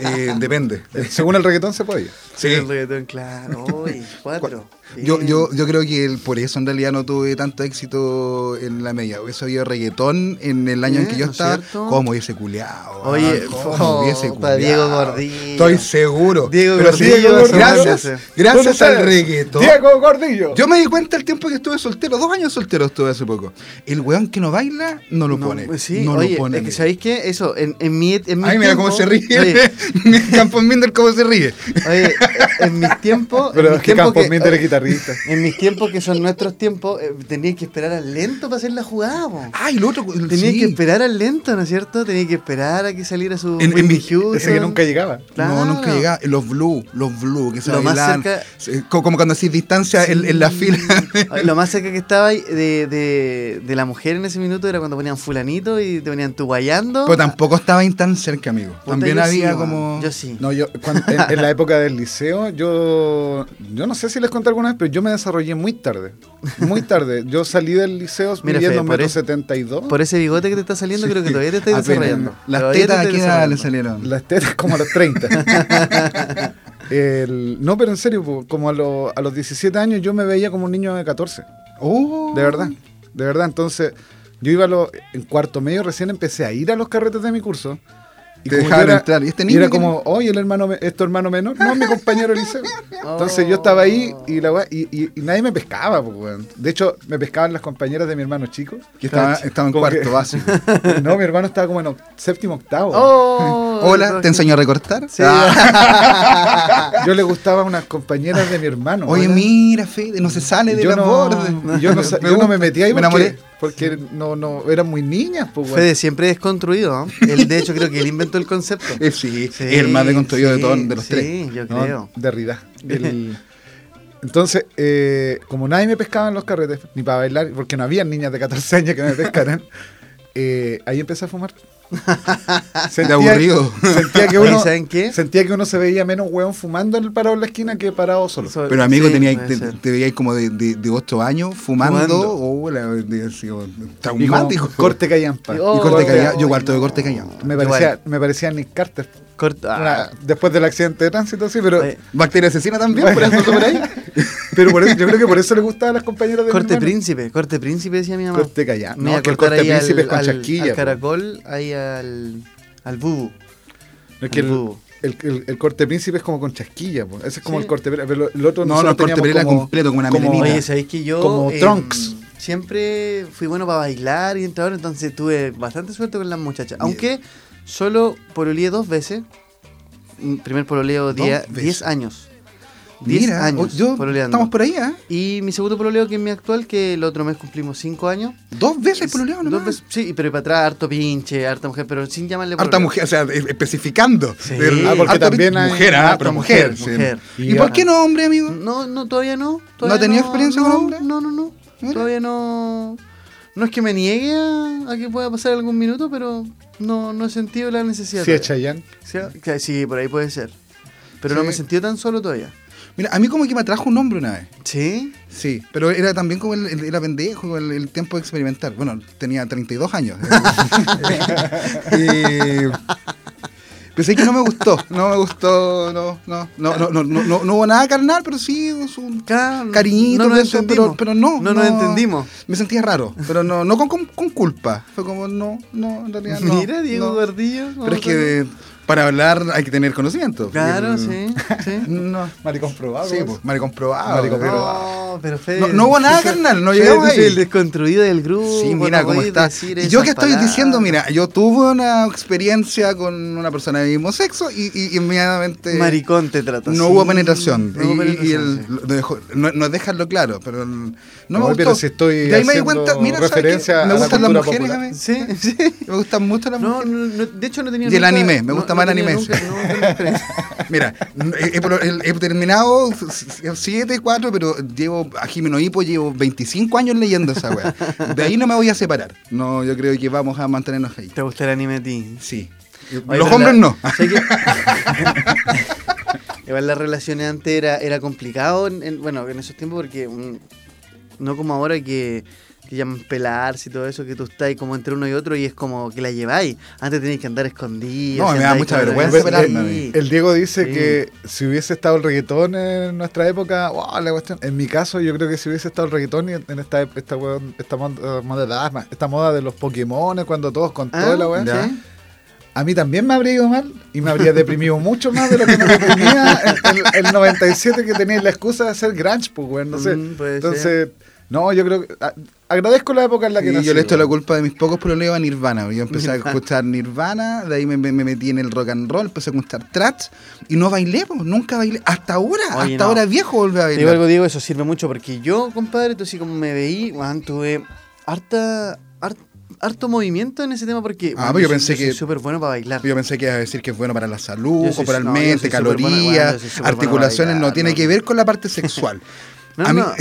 [SPEAKER 2] Eh, depende.
[SPEAKER 3] Según el reggaetón se podía.
[SPEAKER 1] Sí.
[SPEAKER 2] Sí.
[SPEAKER 1] El reggaetón, claro. Uy, cuatro.
[SPEAKER 2] Yo,
[SPEAKER 1] Bien.
[SPEAKER 2] yo, yo creo que el- por eso en realidad no tuve tanto éxito en la media. Hubiese habido reggaetón en el año en que
[SPEAKER 1] Eh,
[SPEAKER 2] yo
[SPEAKER 1] ¿no es
[SPEAKER 2] estaba.
[SPEAKER 1] cierto?
[SPEAKER 2] ¿Cómo hubiese culeado?
[SPEAKER 1] Oye,
[SPEAKER 2] ah, ¿cómo
[SPEAKER 1] puta, Diego Gordillo.
[SPEAKER 2] Estoy seguro.
[SPEAKER 1] Diego
[SPEAKER 2] Pero
[SPEAKER 1] Gordillo
[SPEAKER 2] Diego
[SPEAKER 1] va a sonar
[SPEAKER 2] gracias.
[SPEAKER 1] ese.
[SPEAKER 2] Gracias gracias al
[SPEAKER 3] ustedes,
[SPEAKER 2] reggaetón.
[SPEAKER 3] Diego Gordillo.
[SPEAKER 2] Yo me di cuenta el tiempo que estuve soltero, dos años soltero estuve hace poco. El weón que no baila no lo
[SPEAKER 1] No,
[SPEAKER 2] pone.
[SPEAKER 1] pues sí,
[SPEAKER 2] no
[SPEAKER 1] oye,
[SPEAKER 2] lo pone.
[SPEAKER 1] es que
[SPEAKER 2] amigo.
[SPEAKER 1] ¿sabéis qué? Eso, en, en mi, en mi
[SPEAKER 2] Ay, mira
[SPEAKER 1] tiempo-
[SPEAKER 2] cómo se
[SPEAKER 1] Oye,
[SPEAKER 2] ríe. Campos Minder, cómo se ríe.
[SPEAKER 1] oye, eh, en mis tiempos... en
[SPEAKER 3] Pero
[SPEAKER 1] mis
[SPEAKER 3] es que
[SPEAKER 1] tiempos
[SPEAKER 3] Campos Minder es
[SPEAKER 1] oye,
[SPEAKER 3] guitarrista.
[SPEAKER 1] En mis tiempos, que son nuestros tiempos, eh, tenías que esperar al lento para hacer la jugada, po.
[SPEAKER 2] Ay, el otro.
[SPEAKER 1] Tenías
[SPEAKER 2] sí.
[SPEAKER 1] que esperar al lento, ¿no es cierto? Tenías que esperar a que saliera su
[SPEAKER 2] En- en
[SPEAKER 1] Whitney
[SPEAKER 2] mi-
[SPEAKER 1] Houston.
[SPEAKER 3] Ese que nunca llegaba.
[SPEAKER 1] Claro.
[SPEAKER 2] No, nunca llegaba. Los Blue, los Blue, que se
[SPEAKER 1] Lo más
[SPEAKER 2] bailan.
[SPEAKER 1] cerca-
[SPEAKER 2] Se- co- Como cuando hacís distancia en, en la fila.
[SPEAKER 1] Ay, Lo más cerca que estaba ahí de, de, de la mujer en ese minuto era cuando ponían fulanito y te ponían tu guayando.
[SPEAKER 2] Pero tampoco estaba ahí tan cerca, amigo.
[SPEAKER 1] Puta,
[SPEAKER 2] También
[SPEAKER 1] yo sí,
[SPEAKER 2] había
[SPEAKER 1] weón.
[SPEAKER 2] como.
[SPEAKER 1] Yo sí.
[SPEAKER 3] No, yo cuan- en, en la época del liceo, yo yo no sé si les conté alguna vez, pero yo me desarrollé muy tarde, muy tarde. Yo salí del liceo
[SPEAKER 1] Mira,
[SPEAKER 3] midiendo
[SPEAKER 1] Fede, por
[SPEAKER 3] metro
[SPEAKER 1] eso-
[SPEAKER 3] 72.
[SPEAKER 1] Por ese bigote que te está saliendo, creo que todavía te estás
[SPEAKER 2] Apenas.
[SPEAKER 1] desarrollando.
[SPEAKER 2] Las
[SPEAKER 1] Todavía te
[SPEAKER 2] tetas
[SPEAKER 1] estás
[SPEAKER 2] que edad le
[SPEAKER 1] desarrollando.
[SPEAKER 2] salieron.
[SPEAKER 3] Las tetas como a los 30. El- no, pero en serio, po, como a, lo- a los 17 años yo me veía como un niño de 14.
[SPEAKER 2] Oh.
[SPEAKER 3] De verdad, de verdad. Entonces, yo iba a los, en cuarto medio, recién empecé a ir a los carretes de mi curso.
[SPEAKER 2] Te
[SPEAKER 3] como yo
[SPEAKER 2] dejaron entrar. ¿Y este niño
[SPEAKER 3] era
[SPEAKER 2] quién
[SPEAKER 3] como, oye, el hermano, me- es tu hermano menor, no, es mi compañero de liceo.
[SPEAKER 1] Oh.
[SPEAKER 3] Entonces yo estaba ahí y, la, weá- y, y- y nadie me pescaba, pues, weón. De hecho, me pescaban las compañeras de mi hermano chico.
[SPEAKER 2] Que estaba, estaba en
[SPEAKER 3] Como
[SPEAKER 2] cuarto
[SPEAKER 3] que-
[SPEAKER 2] básico.
[SPEAKER 3] No, mi hermano estaba como en oct- séptimo, octavo.
[SPEAKER 1] Oh,
[SPEAKER 2] Hola, ¿te enseño a recortar?
[SPEAKER 1] Sí.
[SPEAKER 2] Ah,
[SPEAKER 3] Yo le gustaba a unas compañeras de mi hermano.
[SPEAKER 2] oye,
[SPEAKER 3] Hola.
[SPEAKER 2] mira, Fede, no se sale del
[SPEAKER 3] yo
[SPEAKER 2] amor.
[SPEAKER 3] no, yo no, sa- yo no me metí ahí
[SPEAKER 2] Me
[SPEAKER 3] porque,
[SPEAKER 2] enamoré.
[SPEAKER 3] porque no, no, eran muy niñas, pues, weón.
[SPEAKER 1] Fede siempre desconstruido. ¿no? Él, de hecho, creo que él inventó el concepto.
[SPEAKER 2] Eh, sí,
[SPEAKER 1] Sí,
[SPEAKER 2] es el más deconstruido
[SPEAKER 1] sí,
[SPEAKER 2] de todos, de los
[SPEAKER 1] sí,
[SPEAKER 2] tres.
[SPEAKER 1] yo
[SPEAKER 3] No,
[SPEAKER 1] creo.
[SPEAKER 3] Derrida. El- Entonces, eh, como nadie me pescaba en los carretes, ni para bailar, porque no había niñas de 14 años que me pescaran, eh, ahí empecé a fumar.
[SPEAKER 2] De aburrido.
[SPEAKER 3] Sentía que,
[SPEAKER 1] Oye,
[SPEAKER 3] uno,
[SPEAKER 1] ¿saben qué?
[SPEAKER 3] sentía que uno se veía menos hueón fumando en el parado en la esquina que parado solo.
[SPEAKER 1] So-
[SPEAKER 2] Pero amigo,
[SPEAKER 1] sí,
[SPEAKER 2] tenía,
[SPEAKER 1] puede
[SPEAKER 2] te,
[SPEAKER 1] ser.
[SPEAKER 2] te veías como de, de, de 8 años fumando.
[SPEAKER 1] Fumando.
[SPEAKER 2] Oh, la- de- así, oh,
[SPEAKER 3] Y como
[SPEAKER 2] traumático.
[SPEAKER 3] corte callampa.
[SPEAKER 1] Oh,
[SPEAKER 2] y corte
[SPEAKER 1] oh,
[SPEAKER 2] calla-
[SPEAKER 1] no.
[SPEAKER 2] yo cuarto de corte callado.
[SPEAKER 3] me,
[SPEAKER 1] igual. ah,
[SPEAKER 3] parecía, me parecía Nick Carter.
[SPEAKER 1] Corta-
[SPEAKER 3] Una- después del accidente de tránsito, sí, pero,
[SPEAKER 1] Oye,
[SPEAKER 2] Bacteria asesina también, por eso por ahí.
[SPEAKER 3] pero por eso- yo creo que por eso le gustaban las compañeras de mi
[SPEAKER 1] Corte
[SPEAKER 3] hermano.
[SPEAKER 1] príncipe, corte príncipe decía mi mamá.
[SPEAKER 3] Corte callado.
[SPEAKER 1] Me iba
[SPEAKER 3] No,
[SPEAKER 1] a
[SPEAKER 3] que el
[SPEAKER 1] cortar
[SPEAKER 3] corte
[SPEAKER 1] ahí
[SPEAKER 3] príncipe es con
[SPEAKER 1] al,
[SPEAKER 3] chasquilla,
[SPEAKER 1] al
[SPEAKER 3] po.
[SPEAKER 1] caracol, ahí al, al bubu.
[SPEAKER 3] No, es que
[SPEAKER 1] Al
[SPEAKER 3] el,
[SPEAKER 1] bubo.
[SPEAKER 3] el- el- el corte príncipe es como con chasquilla, po. ese es como
[SPEAKER 1] Sí.
[SPEAKER 3] el corte pero el- el otro
[SPEAKER 2] No,
[SPEAKER 3] nosotros
[SPEAKER 2] no, el corte
[SPEAKER 3] teníamos
[SPEAKER 2] pero era completo, como una melenita.
[SPEAKER 1] Oye, ¿sabéis que yo. em,
[SPEAKER 3] Como Trunks.
[SPEAKER 1] Siempre fui bueno para bailar y entrar, entonces tuve bastante suerte con las muchachas. Aunque solo pololeé dos veces. Mm, Primer pololeo, día-
[SPEAKER 2] veces.
[SPEAKER 1] 10 años. 10
[SPEAKER 2] Mira,
[SPEAKER 1] años
[SPEAKER 2] oh, yo,
[SPEAKER 1] pololeando.
[SPEAKER 2] estamos por ahí, ¿eh?
[SPEAKER 1] Y mi segundo pololeo, que es mi actual, que el otro mes cumplimos 5 años.
[SPEAKER 2] Dos veces por nomás.
[SPEAKER 1] Dos veces- sí, pero para atrás, harto pinche, harta mujer, pero sin llamarle
[SPEAKER 2] Harta
[SPEAKER 1] pololeo.
[SPEAKER 2] mujer, o sea, e- especificando.
[SPEAKER 1] Sí.
[SPEAKER 2] Del-
[SPEAKER 1] Ah, porque
[SPEAKER 2] harta
[SPEAKER 3] también hay-
[SPEAKER 2] Mujer, ah,
[SPEAKER 1] harta
[SPEAKER 2] pero
[SPEAKER 1] mujer,
[SPEAKER 2] mujer. sí.
[SPEAKER 1] mujer. Mm.
[SPEAKER 2] ¿Y por qué no hombre, amigo?
[SPEAKER 1] No, no, todavía no.
[SPEAKER 2] ¿No
[SPEAKER 1] todavía
[SPEAKER 2] ha tenido experiencia
[SPEAKER 1] no,
[SPEAKER 2] con hombre?
[SPEAKER 1] No, no, no.
[SPEAKER 2] Mira.
[SPEAKER 1] Todavía no. No es que me niegue a, a que pueda pasar algún minuto, pero no, no he sentido la necesidad.
[SPEAKER 3] Sí, es
[SPEAKER 1] todavía.
[SPEAKER 3] Chayanne.
[SPEAKER 1] Sí, ah, que- sí, por ahí puede ser. Pero no
[SPEAKER 2] Sí.
[SPEAKER 1] me he sentido tan solo todavía.
[SPEAKER 2] Mira, a mí como que me atrajo un hombre una vez.
[SPEAKER 1] Sí.
[SPEAKER 2] Sí, pero era también como el, el- era pendejo, el, el tiempo de experimentar. Bueno, tenía 32 años. Eh, pensé que no me gustó, no me gustó, no, no, no, no, no, no, no, no hubo nada carnal, pero sí un
[SPEAKER 1] Claro,
[SPEAKER 2] cariñito,
[SPEAKER 1] no nos
[SPEAKER 2] de eso, pero,
[SPEAKER 1] entendimos.
[SPEAKER 2] pero no.
[SPEAKER 1] No nos entendimos.
[SPEAKER 2] Me sentía raro, pero no, no con, con, con culpa. Fue como, no, no, en realidad no.
[SPEAKER 1] Mira, Diego
[SPEAKER 2] no.
[SPEAKER 1] Gordillo.
[SPEAKER 2] Pero
[SPEAKER 1] vamos
[SPEAKER 2] es que para hablar hay que tener conocimiento.
[SPEAKER 1] a- Claro,
[SPEAKER 2] Y-
[SPEAKER 1] sí. sí.
[SPEAKER 2] No,
[SPEAKER 3] Maricón probado.
[SPEAKER 2] sí, pues, maricón probado.
[SPEAKER 3] Maricón
[SPEAKER 2] pero-
[SPEAKER 3] probado.
[SPEAKER 1] No, pero Fede.
[SPEAKER 2] No, no hubo nada, carnal, no llegamos
[SPEAKER 1] Fede, tú
[SPEAKER 2] ahí.
[SPEAKER 1] eres el desconstruido del grupo.
[SPEAKER 2] Sí,
[SPEAKER 1] no
[SPEAKER 2] mira cómo
[SPEAKER 1] podéis
[SPEAKER 2] está.
[SPEAKER 1] decir
[SPEAKER 2] Y yo
[SPEAKER 1] esas
[SPEAKER 2] que estoy
[SPEAKER 1] palabras.
[SPEAKER 2] diciendo, mira, yo tuve una experiencia con una persona del mismo sexo y, y- y inmediatamente
[SPEAKER 1] Maricón te tratas.
[SPEAKER 2] este, no
[SPEAKER 1] Sí,
[SPEAKER 2] hubo penetración.
[SPEAKER 1] no hubo
[SPEAKER 2] Y- y- y
[SPEAKER 1] penetración,
[SPEAKER 2] el-
[SPEAKER 1] sí.
[SPEAKER 2] lo dejó- no, no dejarlo claro, pero el- no me
[SPEAKER 3] Oye,
[SPEAKER 2] gustó.
[SPEAKER 3] pero si estoy
[SPEAKER 2] De ahí me di
[SPEAKER 3] haciendo
[SPEAKER 2] cuenta, mira, ¿sabes qué?
[SPEAKER 3] referencia a
[SPEAKER 2] me
[SPEAKER 3] la
[SPEAKER 2] gustan las
[SPEAKER 3] cultura
[SPEAKER 2] mujeres,
[SPEAKER 3] popular.
[SPEAKER 2] a mí.
[SPEAKER 1] Sí, sí.
[SPEAKER 2] me gustan mucho las
[SPEAKER 1] No,
[SPEAKER 2] mujeres.
[SPEAKER 1] no, no, de hecho no he tenido
[SPEAKER 2] Y el
[SPEAKER 1] nunca-
[SPEAKER 2] anime, me
[SPEAKER 1] no- no
[SPEAKER 2] gusta más el
[SPEAKER 1] he tenido
[SPEAKER 2] anime.
[SPEAKER 1] nunca- no, nunca una experiencia.
[SPEAKER 2] Mira, he, he- he terminado 7, 4, pero llevo a Jimeno Hipo, llevo 25 años leyendo esa weá. De ahí no me voy a separar. No, yo creo que vamos a mantenernos ahí.
[SPEAKER 1] ¿Te gusta el anime a ti?
[SPEAKER 2] Sí.
[SPEAKER 1] Oye,
[SPEAKER 2] Los
[SPEAKER 1] pero
[SPEAKER 2] hombres
[SPEAKER 1] la-
[SPEAKER 2] no.
[SPEAKER 1] sé que- Igual las relaciones antes era, era complicado, en, en- bueno, en esos tiempos porque mm, no como ahora que, que llaman pelarse y todo eso, que tú estás como entre uno y otro y es como que la lleváis. Antes tenías que andar escondido.
[SPEAKER 2] No,
[SPEAKER 1] si
[SPEAKER 2] me da
[SPEAKER 1] andabas
[SPEAKER 2] mucha
[SPEAKER 1] con una
[SPEAKER 2] vergüenza
[SPEAKER 1] persona-
[SPEAKER 2] pelarme a mí.
[SPEAKER 3] El Diego dice
[SPEAKER 1] Sí.
[SPEAKER 3] que si hubiese estado el reggaetón en nuestra época, wow, la cuestión. En mi caso, yo creo que si hubiese estado el reggaetón y en en esta, esta, eh, weón- esta moda, moda de las- esta moda de los Pokémon, cuando todos con
[SPEAKER 1] Ah,
[SPEAKER 3] toda la weá,
[SPEAKER 1] ¿sí?
[SPEAKER 3] a mí también me habría ido mal y me habría deprimido mucho más de lo que me deprimía el, el- el 97 que tenía la excusa de hacer grunge, pues, weón, no sé.
[SPEAKER 1] Mm, puede
[SPEAKER 3] Entonces, no, yo creo que... a- agradezco la época en la que
[SPEAKER 2] Y
[SPEAKER 3] nací,
[SPEAKER 2] yo le echo la
[SPEAKER 3] weón.
[SPEAKER 2] culpa de mis pocos problemas a Nirvana. Yo empecé
[SPEAKER 1] Nirvana.
[SPEAKER 2] a escuchar Nirvana, de ahí me, me- me metí en el rock and roll, empecé a escuchar trash y no bailé, pues, nunca bailé. Hasta ahora,
[SPEAKER 1] Oye,
[SPEAKER 2] hasta
[SPEAKER 1] no.
[SPEAKER 2] ahora viejo volví a
[SPEAKER 1] Te digo algo,
[SPEAKER 2] bailar.
[SPEAKER 1] Diego, eso sirve mucho porque yo, compadre, tú así como me veí, weón, tuve harta, har- harto movimiento en ese tema porque.
[SPEAKER 2] Ah,
[SPEAKER 1] weón,
[SPEAKER 2] pero yo
[SPEAKER 1] soy-
[SPEAKER 2] pensé
[SPEAKER 1] soy
[SPEAKER 2] que-
[SPEAKER 1] súper bueno para bailar.
[SPEAKER 2] Yo pensé que iba a decir que es bueno para la
[SPEAKER 1] Yo
[SPEAKER 2] salud,
[SPEAKER 1] soy- no, yo
[SPEAKER 2] corporalmente,
[SPEAKER 1] soy súper bueno, weón,
[SPEAKER 2] calorías,
[SPEAKER 1] yo soy súper bueno para
[SPEAKER 2] articulaciones, no
[SPEAKER 1] bailar,
[SPEAKER 2] tiene
[SPEAKER 1] no.
[SPEAKER 2] que ver con la parte sexual.
[SPEAKER 1] No,
[SPEAKER 2] a mí-
[SPEAKER 1] no.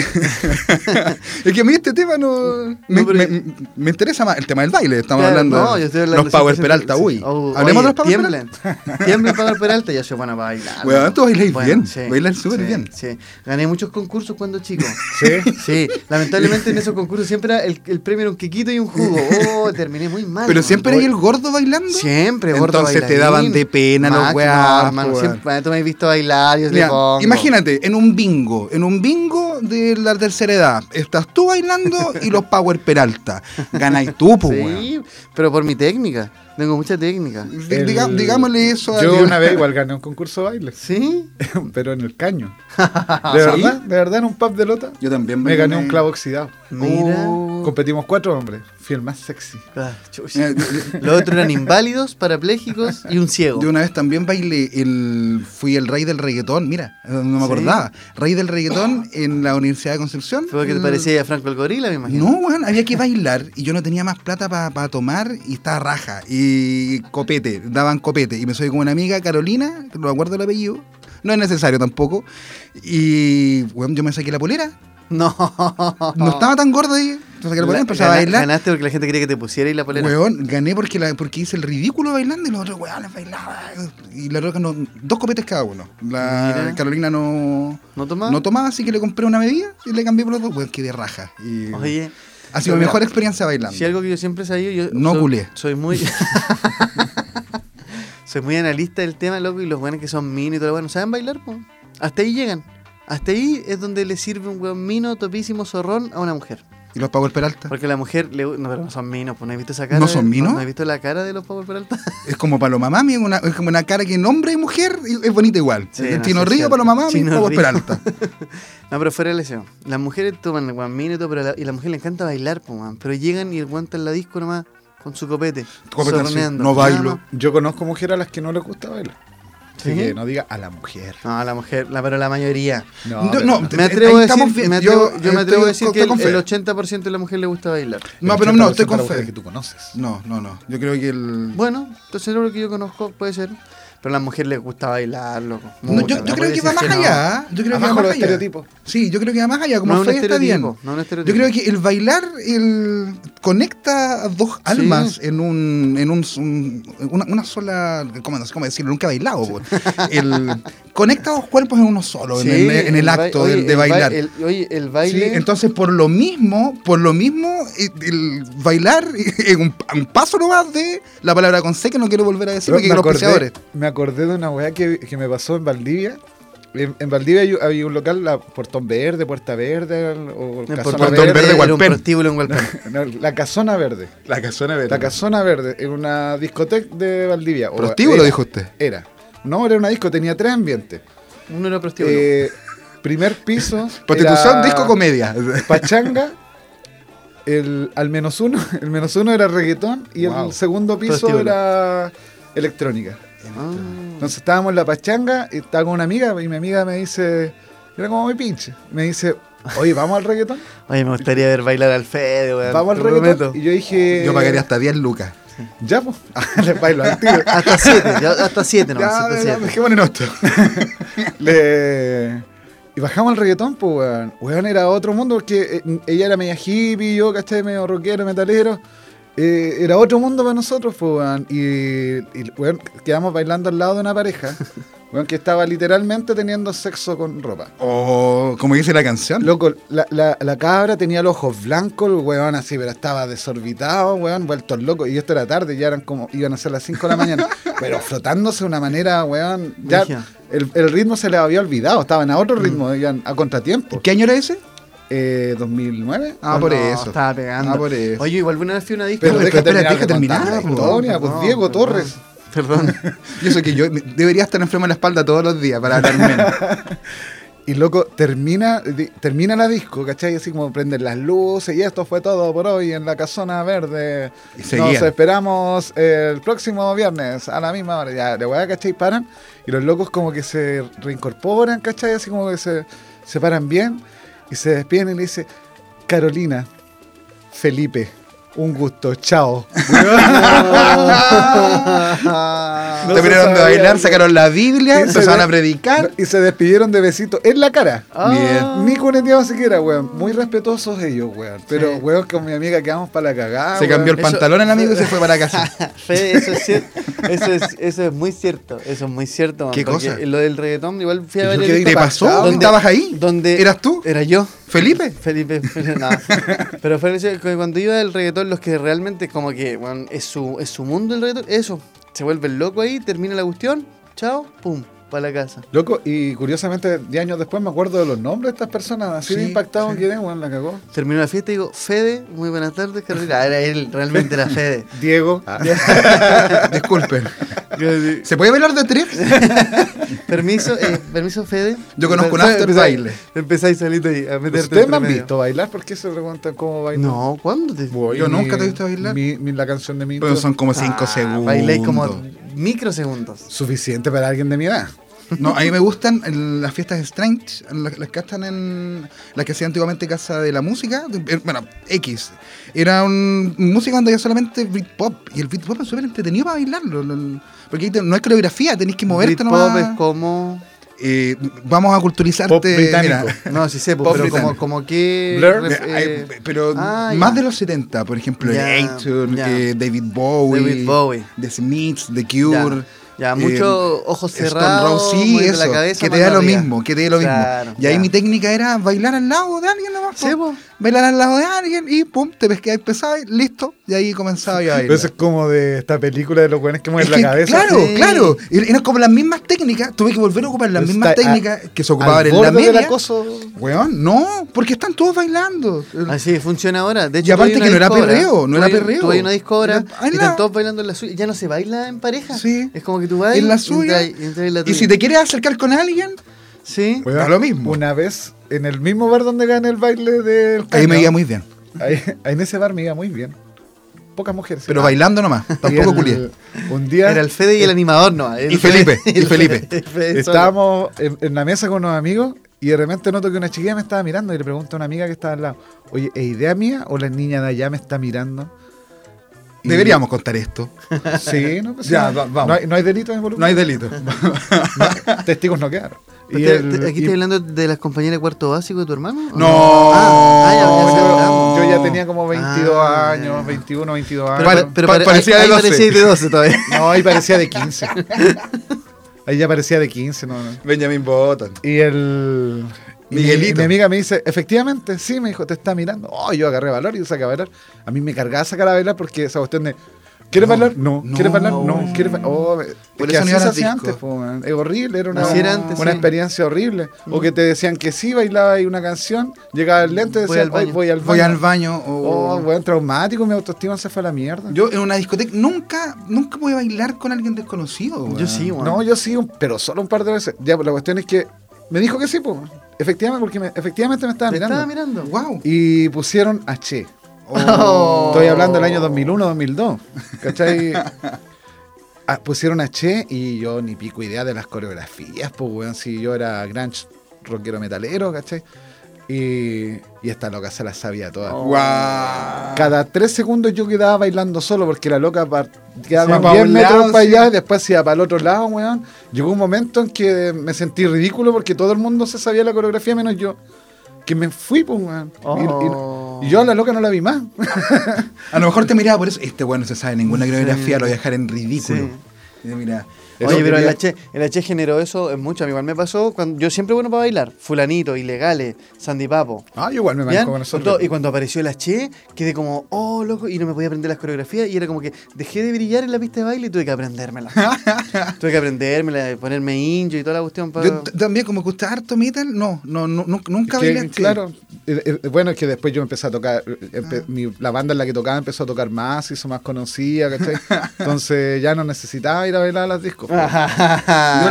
[SPEAKER 2] es que a mí este tema no. Me,
[SPEAKER 1] pero-
[SPEAKER 2] me- me interesa más el tema del baile, estamos
[SPEAKER 1] Claro,
[SPEAKER 2] hablando.
[SPEAKER 1] no, yo estoy hablando
[SPEAKER 2] los Power
[SPEAKER 1] 100%,
[SPEAKER 2] Peralta,
[SPEAKER 1] sí.
[SPEAKER 2] uy.
[SPEAKER 1] Oh,
[SPEAKER 2] Hablemos de los
[SPEAKER 1] oye,
[SPEAKER 2] Power Peralta.
[SPEAKER 1] tiemblen, Tiemblen Power Peralta, yo soy bueno para bailar.
[SPEAKER 2] Weón,
[SPEAKER 1] weón.
[SPEAKER 2] tú bailas bien, bailas
[SPEAKER 1] sí,
[SPEAKER 2] súper bien.
[SPEAKER 1] Sí, gané muchos concursos cuando chico.
[SPEAKER 3] Sí.
[SPEAKER 1] Sí, lamentablemente en esos concursos siempre era el, el premio era un quequito y un jugo. Oh, terminé muy mal.
[SPEAKER 2] Pero
[SPEAKER 1] weón.
[SPEAKER 2] siempre hay el gordo bailando.
[SPEAKER 1] Siempre, gordo
[SPEAKER 2] Entonces te
[SPEAKER 1] bailarín.
[SPEAKER 2] daban de pena los
[SPEAKER 1] Máquina,
[SPEAKER 2] weas, pues,
[SPEAKER 1] hermano,
[SPEAKER 2] weón.
[SPEAKER 1] siempre- bueno, tú me has visto bailar, yo le
[SPEAKER 2] Mira,
[SPEAKER 1] pongo.
[SPEAKER 2] imagínate, en un bingo, en un bingo de la tercera edad, estás tú bailando y los Power Peralta. Ganáis tú, po, pues, weón.
[SPEAKER 1] Sí, pero por mi técnica. Tengo mucha técnica.
[SPEAKER 2] D- diga-
[SPEAKER 3] El-
[SPEAKER 2] digámosle eso a
[SPEAKER 3] Yo
[SPEAKER 2] Diego.
[SPEAKER 3] una vez igual gané un concurso de baile,
[SPEAKER 1] ¿Sí?
[SPEAKER 3] pero en el caño. De
[SPEAKER 2] ¿Sí?
[SPEAKER 3] verdad, de verdad en un pub de lota
[SPEAKER 2] Yo también
[SPEAKER 3] me gané un clavo oxidado. Uh,
[SPEAKER 1] Mira.
[SPEAKER 2] Oh.
[SPEAKER 3] Competimos cuatro hombres, fui el más sexy.
[SPEAKER 1] Ah, chucha.
[SPEAKER 2] Eh,
[SPEAKER 1] Los otros eran inválidos, parapléjicos y un ciego.
[SPEAKER 2] Yo una vez también bailé, el, fui el rey del reggaetón, mira, no me
[SPEAKER 1] ¿Sí?
[SPEAKER 2] acordaba. Rey del reggaetón en la Universidad de Concepción.
[SPEAKER 1] Fue que te
[SPEAKER 2] El-
[SPEAKER 1] parecía a Franco el Gorila, me imagino.
[SPEAKER 2] No, weón, había que bailar y yo no tenía más plata para tomar y estaba raja. Y copete, daban copete. Y me soy con una amiga, Carolina, no me acuerdo el apellido, no es necesario tampoco. Y weón, yo me saqué la polera,
[SPEAKER 1] No.
[SPEAKER 2] no estaba tan gorda ahí. Me saqué la polera, empecé a
[SPEAKER 1] Oh. Gana-
[SPEAKER 2] bailar.
[SPEAKER 1] Ganaste porque la gente quería que te pusiera y la polera.
[SPEAKER 2] Weón, gané porque, la, porque hice el ridículo bailando y los otros weones bailaban. Y la roca no, dos copetes cada uno. La
[SPEAKER 1] Mira.
[SPEAKER 2] Carolina no,
[SPEAKER 1] ¿No tomaba?
[SPEAKER 2] no tomaba, así que le compré una medida y le cambié por los dos. Weón, quedé raja. Y
[SPEAKER 1] Oye,
[SPEAKER 2] ha sido mi
[SPEAKER 1] mira,
[SPEAKER 2] mejor experiencia bailando.
[SPEAKER 1] si algo que yo siempre he sabido, yo
[SPEAKER 2] No
[SPEAKER 1] soy,
[SPEAKER 2] culé.
[SPEAKER 1] soy muy soy muy analista del tema, loco, y los buenos que son minos y todo lo bueno, ¿saben bailar? po? Hasta ahí llegan. Hasta ahí es donde le sirve un weón mino, topísimo, zorrón a una mujer.
[SPEAKER 2] Y los Power Peralta.
[SPEAKER 1] Porque la mujer le no, pero no son minos, pues no he visto esa cara.
[SPEAKER 2] ¿No
[SPEAKER 1] de-
[SPEAKER 2] son minos?
[SPEAKER 1] No, he visto la cara de los Power Peralta.
[SPEAKER 2] Es como Paloma Mami, una- es como una cara que en hombre y mujer y- es bonita igual.
[SPEAKER 1] Sí,
[SPEAKER 2] El
[SPEAKER 1] no,
[SPEAKER 2] Chino
[SPEAKER 1] sí,
[SPEAKER 2] Río,
[SPEAKER 1] cierto.
[SPEAKER 2] Paloma Mami,
[SPEAKER 1] Chino
[SPEAKER 2] Power
[SPEAKER 1] Río.
[SPEAKER 2] Peralta.
[SPEAKER 1] No, pero fuera de lesión. Las mujeres toman guan mino y todo, pero a la, y a la mujer le encanta bailar, po, man. Pero llegan y el guan está en la disco nomás con su copete.
[SPEAKER 2] Copete así,
[SPEAKER 1] zorroneando.
[SPEAKER 2] no bailo.
[SPEAKER 1] Nada más.
[SPEAKER 3] Yo conozco mujeres a las que no les gusta bailar. Así
[SPEAKER 1] ¿Sí?
[SPEAKER 3] que no diga a la mujer.
[SPEAKER 1] No, la mujer, la, pero la mayoría.
[SPEAKER 3] No,
[SPEAKER 2] Ah. No,
[SPEAKER 3] pero-
[SPEAKER 2] no,
[SPEAKER 1] Me
[SPEAKER 2] eh,
[SPEAKER 1] atrevo
[SPEAKER 2] ahí
[SPEAKER 1] a
[SPEAKER 2] estamos
[SPEAKER 1] decir,
[SPEAKER 2] bien.
[SPEAKER 1] me atrevo-
[SPEAKER 2] Yo
[SPEAKER 1] yo me atrevo a
[SPEAKER 2] estoy
[SPEAKER 1] decir
[SPEAKER 2] con-
[SPEAKER 1] que
[SPEAKER 2] estoy con
[SPEAKER 1] el,
[SPEAKER 2] fe.
[SPEAKER 1] el 80% de la mujer le gusta bailar.
[SPEAKER 2] No,
[SPEAKER 3] el
[SPEAKER 2] pero no,
[SPEAKER 3] 80%
[SPEAKER 2] estoy
[SPEAKER 3] de
[SPEAKER 2] con
[SPEAKER 3] las mujeres
[SPEAKER 2] fe.
[SPEAKER 3] que tú conoces.
[SPEAKER 2] No, no, no. Yo creo que el.
[SPEAKER 1] Bueno, entonces es lo que yo conozco, puede ser. Pero a las mujeres les gusta bailar, loco.
[SPEAKER 2] No,
[SPEAKER 1] Mucho,
[SPEAKER 2] yo, yo
[SPEAKER 1] no
[SPEAKER 2] creo
[SPEAKER 1] puedes
[SPEAKER 2] que va más
[SPEAKER 1] decir no.
[SPEAKER 2] allá. Yo creo
[SPEAKER 3] Abajo
[SPEAKER 2] que va
[SPEAKER 3] los
[SPEAKER 2] más allá.
[SPEAKER 3] estereotipos.
[SPEAKER 2] Sí, yo creo que va más allá. Como
[SPEAKER 1] No es un
[SPEAKER 2] fe está bien.
[SPEAKER 1] estereotipo, no es un
[SPEAKER 2] Yo
[SPEAKER 1] estereotipo.
[SPEAKER 2] creo que el bailar el, conecta a dos almas en un en un, un- una, una sola ¿cómo, no sé cómo decirlo nunca he bailado po. el, conecta dos cuerpos en uno solo
[SPEAKER 1] Sí,
[SPEAKER 2] en el, en el
[SPEAKER 1] ba-
[SPEAKER 2] acto
[SPEAKER 1] oye,
[SPEAKER 2] del- de
[SPEAKER 1] el ba-
[SPEAKER 2] bailar
[SPEAKER 1] el- oye, el
[SPEAKER 2] Sí,
[SPEAKER 1] baile.
[SPEAKER 2] entonces por lo mismo por lo mismo el, el bailar es un, un paso nomás de la palabra con C que no quiero volver a decir porque
[SPEAKER 3] me,
[SPEAKER 2] los
[SPEAKER 3] acordé,
[SPEAKER 2] apreciadores
[SPEAKER 3] me acordé de una weá que, que me pasó en Valdivia. En, en Valdivia hay- había un local, la Portón Verde, Puerta Verde, o
[SPEAKER 1] en Puerto
[SPEAKER 3] Casona
[SPEAKER 2] Portón
[SPEAKER 1] Verde,
[SPEAKER 2] Verde,
[SPEAKER 1] era un
[SPEAKER 2] Gualpén.
[SPEAKER 1] prostíbulo en Gualpén.
[SPEAKER 3] No, la Casona Verde.
[SPEAKER 2] la casona
[SPEAKER 3] La Casona Verde, en una discoteca de Valdivia. o
[SPEAKER 2] prostíbulo
[SPEAKER 3] era-
[SPEAKER 2] dijo usted
[SPEAKER 3] Era. No, era una disco, tenía tres ambientes.
[SPEAKER 1] Uno era prostíbulo.
[SPEAKER 3] Eh, primer piso.
[SPEAKER 2] prostitución
[SPEAKER 3] era
[SPEAKER 2] disco comedia
[SPEAKER 3] Pachanga. El, al menos uno. El menos uno era reggaetón. Y
[SPEAKER 2] Wow.
[SPEAKER 3] el segundo piso
[SPEAKER 1] Prostíbulo.
[SPEAKER 3] era electrónica.
[SPEAKER 1] Ah.
[SPEAKER 3] Entonces estábamos en la pachanga y estaba con una amiga y mi amiga me dice, era como mi pinche, me dice, oye, ¿vamos al reggaetón?
[SPEAKER 1] Oye, me gustaría ver bailar al Fede, weón.
[SPEAKER 3] ¿Vamos al
[SPEAKER 1] te
[SPEAKER 3] reggaetón?
[SPEAKER 1] prometo.
[SPEAKER 3] Y yo dije,
[SPEAKER 2] yo pagaría hasta 10 lucas
[SPEAKER 3] ya pues, le bailo al tiro.
[SPEAKER 1] Hasta siete, ya- hasta siete nomás,
[SPEAKER 2] Ya,
[SPEAKER 1] hasta
[SPEAKER 2] ya,
[SPEAKER 1] siete.
[SPEAKER 2] dejémonos en esto.
[SPEAKER 3] Le- Y bajamos al reggaetón, pues, weón. Weón era otro mundo porque eh, ella era media hippie, yo, ¿cachai? Medio rockero, metalero. Eh, era otro mundo para nosotros, pues, weón. Y, y, weón, quedamos bailando al lado de una pareja, weón, que estaba literalmente teniendo sexo con ropa.
[SPEAKER 2] O como dice la canción.
[SPEAKER 3] Loco, la, la, la cabra tenía los ojos blancos, el weón así, pero estaba desorbitado, weón, vueltos locos. Y esto era tarde, ya eran como, iban a ser las 5 de la mañana. pero frotándose de una manera, weón,
[SPEAKER 1] Brígido.
[SPEAKER 3] ya el, el ritmo se les había olvidado, estaban a otro ritmo, iban a contratiempo.
[SPEAKER 2] ¿Qué año era ese?
[SPEAKER 3] Eh, 2009.
[SPEAKER 2] Ah,
[SPEAKER 1] No,
[SPEAKER 2] por eso.
[SPEAKER 1] Estaba pegando.
[SPEAKER 2] Ah, por eso.
[SPEAKER 1] Oye, igual una vez fui a una disco.
[SPEAKER 2] Pero
[SPEAKER 3] Pero
[SPEAKER 1] weón.
[SPEAKER 2] deja-
[SPEAKER 3] deja
[SPEAKER 2] espérate,
[SPEAKER 3] terminar de
[SPEAKER 2] deja terminar,
[SPEAKER 3] contar
[SPEAKER 2] po.
[SPEAKER 3] la historia, pues
[SPEAKER 1] Perdón,
[SPEAKER 3] Diego
[SPEAKER 1] perdón.
[SPEAKER 3] Torres.
[SPEAKER 1] Perdón.
[SPEAKER 2] Yo sé que yo me- debería estar enfermo en la espalda todos los días para hablar menos.
[SPEAKER 3] Y loco, termina, di- termina la disco, ¿cachai? Así como prenden las luces y esto fue todo por hoy en la casona verde.
[SPEAKER 2] Y seguían.
[SPEAKER 3] Nos esperamos el próximo viernes a la misma hora. Ya, de weá, ¿cachai? Paran y los locos como que se reincorporan, ¿cachai? Así como que se, se paran bien y se despiden y le dice, Carolina, Felipe, un gusto, chao. No se
[SPEAKER 2] Terminaron de
[SPEAKER 3] sabía,
[SPEAKER 2] bailar,
[SPEAKER 3] ¿no?
[SPEAKER 2] sacaron la Biblia,
[SPEAKER 3] Y se
[SPEAKER 2] empezaron
[SPEAKER 3] ve-
[SPEAKER 2] a predicar.
[SPEAKER 3] Y se despidieron de besitos en la cara.
[SPEAKER 1] Ah.
[SPEAKER 3] Ni cuneteado siquiera, weón. Muy respetuosos ellos, weón. Pero,
[SPEAKER 1] Sí.
[SPEAKER 3] weón, con mi amiga quedamos para la cagada.
[SPEAKER 2] Se
[SPEAKER 3] weón.
[SPEAKER 2] cambió el
[SPEAKER 1] Eso-
[SPEAKER 2] pantalón el amigo y se fue para casa.
[SPEAKER 1] Fede, eso es, cier- eso, es, eso es muy cierto. Eso es muy cierto. man,
[SPEAKER 2] ¿Qué
[SPEAKER 1] porque
[SPEAKER 2] cosa?
[SPEAKER 1] Lo del reggaetón, igual fui a
[SPEAKER 2] Yo
[SPEAKER 1] ver
[SPEAKER 2] quedé
[SPEAKER 1] el-
[SPEAKER 2] ¿Te pasó?
[SPEAKER 3] impactado.
[SPEAKER 1] ¿Dónde-
[SPEAKER 2] ¿Estabas ahí?
[SPEAKER 1] dónde- Eh,
[SPEAKER 2] ¿Eras tú?
[SPEAKER 1] Era yo.
[SPEAKER 2] ¿Felipe?
[SPEAKER 1] Felipe, Felipe, no. Pero Felipe, que cuando iba del reggaetón, los que realmente como que weón, es, su, es su mundo el reggaetón, eso, se vuelve loco ahí, termina la cuestión, chao, pum, para la casa.
[SPEAKER 3] Loco, y curiosamente, 10 años después me acuerdo de los nombres de estas personas. Así de
[SPEAKER 2] Sí,
[SPEAKER 3] impactado
[SPEAKER 2] sí.
[SPEAKER 3] quedé, weón, la cagó.
[SPEAKER 1] Terminó la fiesta y digo, Fede, muy buenas tardes, Carolina. Ah, era él, realmente era Fede.
[SPEAKER 3] Diego.
[SPEAKER 2] Disculpen.
[SPEAKER 1] Yo así,
[SPEAKER 2] ¿Se puede bailar de tres?
[SPEAKER 1] permiso, eh, permiso, Fede.
[SPEAKER 2] Yo conozco un
[SPEAKER 1] Empezá-
[SPEAKER 2] after
[SPEAKER 1] empezá-
[SPEAKER 2] baile.
[SPEAKER 1] Empezáis solito ahí a meterte
[SPEAKER 3] ¿Ustedes me
[SPEAKER 1] entre
[SPEAKER 3] han
[SPEAKER 1] medio.
[SPEAKER 3] visto bailar? ¿Por qué se preguntan cómo bailo?
[SPEAKER 1] No, ¿cuándo te.?
[SPEAKER 3] Voy,
[SPEAKER 2] Yo
[SPEAKER 3] mi-
[SPEAKER 2] nunca te he visto bailar.
[SPEAKER 3] mi- mi- la canción de mi
[SPEAKER 2] Pero
[SPEAKER 3] intro-
[SPEAKER 2] son como cinco
[SPEAKER 1] Ah,
[SPEAKER 2] segundos.
[SPEAKER 1] Bailáis como microsegundos.
[SPEAKER 3] Suficiente para alguien de mi edad.
[SPEAKER 2] No, a mí me gustan el- las fiestas Strange, las, las que están en. las que hacía antiguamente Casa de la Música. de- eh, Bueno, X. Era un música donde había solamente Britpop. Y el Britpop es súper entretenido para bailarlo. lo- lo- Porque ahí te- no hay coreografía, tenés que moverte
[SPEAKER 1] Britpop
[SPEAKER 2] nomás.
[SPEAKER 1] es como.
[SPEAKER 2] Eh, vamos a culturizarte.
[SPEAKER 3] Pop británico.
[SPEAKER 2] mira.
[SPEAKER 1] No, sí sé, pues,
[SPEAKER 2] Pop
[SPEAKER 1] pero como,
[SPEAKER 2] británico.
[SPEAKER 1] como que.
[SPEAKER 3] Blur.
[SPEAKER 1] ref-
[SPEAKER 2] Ay,
[SPEAKER 1] eh,
[SPEAKER 2] pero
[SPEAKER 1] ah,
[SPEAKER 2] más
[SPEAKER 1] ya.
[SPEAKER 2] de los 70, por ejemplo,
[SPEAKER 1] Ya,
[SPEAKER 2] el Eighteen,
[SPEAKER 1] ya.
[SPEAKER 2] que David Bowie,
[SPEAKER 1] David Bowie.
[SPEAKER 2] The Smiths, The Cure.
[SPEAKER 1] Ya,
[SPEAKER 2] eh,
[SPEAKER 1] mucho ojos
[SPEAKER 2] Stone
[SPEAKER 1] cerrados,
[SPEAKER 2] Rose, sí,
[SPEAKER 1] moviendo la
[SPEAKER 2] eso,
[SPEAKER 1] cabeza,
[SPEAKER 2] que te
[SPEAKER 1] mano
[SPEAKER 2] da lo
[SPEAKER 1] arriba.
[SPEAKER 2] mismo, que te da lo mismo.
[SPEAKER 1] Claro,
[SPEAKER 2] y ahí
[SPEAKER 1] ya.
[SPEAKER 2] mi técnica era bailar al lado de alguien nomás.
[SPEAKER 1] Sí,
[SPEAKER 2] po.
[SPEAKER 1] po.
[SPEAKER 2] Bailar al lado de alguien y pum, te pesqué pesado y listo. Y ahí comenzaba yo a bailar.
[SPEAKER 3] Eso es como de esta película de los buenos que mueven
[SPEAKER 2] Es
[SPEAKER 3] la
[SPEAKER 2] que,
[SPEAKER 3] cabeza.
[SPEAKER 2] Claro,
[SPEAKER 1] Sí.
[SPEAKER 2] claro. Y Eran como las mismas técnicas. Tuve que volver a ocupar las
[SPEAKER 3] Está
[SPEAKER 2] mismas
[SPEAKER 3] a-
[SPEAKER 2] técnicas que se
[SPEAKER 3] Al
[SPEAKER 2] ocupaban en
[SPEAKER 3] borde
[SPEAKER 2] la
[SPEAKER 3] del
[SPEAKER 2] media.
[SPEAKER 3] acoso.
[SPEAKER 2] Weón, no, porque están todos bailando.
[SPEAKER 1] Así Ah, funciona ahora. De hecho,
[SPEAKER 2] Y
[SPEAKER 1] tú
[SPEAKER 2] aparte
[SPEAKER 1] hay una
[SPEAKER 2] que no era
[SPEAKER 1] disco ahora,
[SPEAKER 2] perreo, no
[SPEAKER 1] tú
[SPEAKER 2] era
[SPEAKER 1] hay-
[SPEAKER 2] perreo.
[SPEAKER 1] Tú hay una disco ahora
[SPEAKER 2] Era- ah,
[SPEAKER 1] y
[SPEAKER 2] no.
[SPEAKER 1] están todos bailando en la suya. Ya no se baila en pareja.
[SPEAKER 2] Sí.
[SPEAKER 1] Es como que tú vas
[SPEAKER 2] En la
[SPEAKER 1] y
[SPEAKER 2] suya.
[SPEAKER 1] entras- y entras en la
[SPEAKER 2] Y
[SPEAKER 1] tuya.
[SPEAKER 2] si te quieres acercar con alguien,
[SPEAKER 1] Sí.
[SPEAKER 2] Da lo mismo.
[SPEAKER 3] Una vez, en el mismo bar donde gané el baile del
[SPEAKER 2] ahí me
[SPEAKER 3] caño,
[SPEAKER 2] iba muy bien.
[SPEAKER 3] ahí- ahí en ese bar me iba muy bien. Pocas mujeres.
[SPEAKER 2] Pero
[SPEAKER 3] Ah,
[SPEAKER 2] bailando nomás,
[SPEAKER 3] y
[SPEAKER 2] tampoco
[SPEAKER 3] el-
[SPEAKER 2] culié.
[SPEAKER 3] Un día
[SPEAKER 1] Era el Fede y el animador, no. el
[SPEAKER 2] Eh, Y Felipe, y
[SPEAKER 1] el
[SPEAKER 2] Felipe.
[SPEAKER 1] el Fede solo.
[SPEAKER 3] estábamos en, en la mesa con unos amigos y de repente noto que una chiquilla me estaba mirando y le pregunto a una amiga que estaba al lado, oye, ¿es idea mía o la niña de allá me está mirando? Y-
[SPEAKER 2] Deberíamos contar esto.
[SPEAKER 3] Sí, no, pues,
[SPEAKER 2] Ya,
[SPEAKER 3] sí.
[SPEAKER 2] va- vamos.
[SPEAKER 3] No hay, no hay delito involucrado.
[SPEAKER 2] No hay delito. Pues
[SPEAKER 3] No, testigos no quedaron.
[SPEAKER 1] Pero
[SPEAKER 3] Y
[SPEAKER 1] te-
[SPEAKER 3] el-
[SPEAKER 1] te- aquí
[SPEAKER 3] y-
[SPEAKER 1] estoy hablando de las compañeras de cuarto básico de tu hermano. ¿o
[SPEAKER 2] No.
[SPEAKER 1] Ah, ah, ya, ya, ya, ya.
[SPEAKER 2] No.
[SPEAKER 3] yo ya tenía como 22
[SPEAKER 1] Ah, ya.
[SPEAKER 3] años, 21, 22 años.
[SPEAKER 1] Pero,
[SPEAKER 2] Pare-
[SPEAKER 1] pero
[SPEAKER 2] pa-
[SPEAKER 1] pare-
[SPEAKER 2] parecía
[SPEAKER 1] ahí-
[SPEAKER 2] de
[SPEAKER 1] ahí
[SPEAKER 2] 12.
[SPEAKER 1] parecía de 12 todavía.
[SPEAKER 3] No, ahí parecía de 15. Ahí ya parecía de 15, no, no.
[SPEAKER 2] Benjamin Botan.
[SPEAKER 3] Y el. y mi-
[SPEAKER 2] Miguelito.
[SPEAKER 3] y Mi, amiga me dice, efectivamente, sí, me dijo, te está mirando. Oh, yo agarré valor y saqué a bailar. A mí me cargaba sacar a bailar porque esa cuestión de. ¿Quieres
[SPEAKER 2] No,
[SPEAKER 3] bailar? No.
[SPEAKER 2] no,
[SPEAKER 3] ¿Quieres bailar?
[SPEAKER 2] no.
[SPEAKER 3] No. ¿Quieres bailar? Oh, es
[SPEAKER 2] Por
[SPEAKER 3] que
[SPEAKER 2] eso no
[SPEAKER 3] así
[SPEAKER 2] iban
[SPEAKER 3] se
[SPEAKER 2] al
[SPEAKER 3] hacía
[SPEAKER 2] disco.
[SPEAKER 3] antes, po, man. es horrible, era una,
[SPEAKER 1] Así era antes,
[SPEAKER 3] una
[SPEAKER 1] sí.
[SPEAKER 3] experiencia horrible. O que te decían que sí, bailaba ahí una canción, llegaba el lente y
[SPEAKER 1] Voy
[SPEAKER 3] decían,
[SPEAKER 1] al baño.
[SPEAKER 3] "Hoy voy al baño.
[SPEAKER 2] Voy al baño o-
[SPEAKER 3] Oh, weón, traumático, mi autoestima se fue a la mierda.
[SPEAKER 2] Yo en una discoteca nunca, nunca voy a bailar con alguien desconocido. weón.
[SPEAKER 1] Yo sí, weón.
[SPEAKER 3] No, yo sí, un- pero solo un par de veces. Ya, pues, la cuestión es que me dijo que sí, pues. Efectivamente, porque me- efectivamente me estaba
[SPEAKER 1] Te
[SPEAKER 3] mirando.
[SPEAKER 1] estaba mirando.
[SPEAKER 2] Wow.
[SPEAKER 3] Y pusieron a Che.
[SPEAKER 1] Oh.
[SPEAKER 3] Estoy hablando del año 2001, 2002. ¿Cachai? Ah, pusieron a Che y yo ni pico idea de las coreografías, pues, weón. Si yo era grunge, rockero metalero, ¿cachai? Y, y esta loca se las sabía todas.
[SPEAKER 2] Wow.
[SPEAKER 3] Cada tres segundos yo quedaba bailando solo porque la loca par-
[SPEAKER 2] Se iba
[SPEAKER 3] quedaba
[SPEAKER 2] pa'
[SPEAKER 3] 10
[SPEAKER 2] un
[SPEAKER 3] metros
[SPEAKER 2] lado,
[SPEAKER 3] para
[SPEAKER 2] sí.
[SPEAKER 3] allá y después se iba para el otro lado, weón. Llegó un momento en que me sentí ridículo porque todo el mundo se sabía la coreografía menos yo. Que me fui, pues, weón. Y-
[SPEAKER 1] Oh.
[SPEAKER 3] Y, y yo a la loca no la vi más.
[SPEAKER 2] A lo mejor te miraba por eso. Este weón no se sabe ninguna coreografía, lo voy a dejar en ridículo.
[SPEAKER 1] Sí.
[SPEAKER 2] Y te miraba.
[SPEAKER 3] Eso
[SPEAKER 1] Oye, pero el
[SPEAKER 3] quería-
[SPEAKER 1] H, el H generó eso en mucho. A mí igual me pasó. Cuando, yo siempre bueno para bailar. Fulanito, Ilegales, Sandy Papo.
[SPEAKER 3] Ah, yo igual me
[SPEAKER 1] ¿Bien?
[SPEAKER 3] manco con
[SPEAKER 1] Con todo-
[SPEAKER 3] nosotros.
[SPEAKER 1] y cuando apareció el H, quedé como, oh, loco, y no me podía aprender las coreografías. Y era como que dejé de brillar en la pista de baile y tuve que aprendérmela. tuve que aprendérmela, ponerme indio y toda la cuestión para.
[SPEAKER 2] Yo t- también, como que usted harto metal, no, no, no, nu- nunca
[SPEAKER 3] Que,
[SPEAKER 2] bailé.
[SPEAKER 3] claro. eh, eh, bueno, es que después yo empecé a tocar, eh, empe- mi- la banda en la que tocaba empezó a tocar más, se hizo más conocida, ¿cachai? Entonces ya no necesitaba ir a bailar a las discos. pues.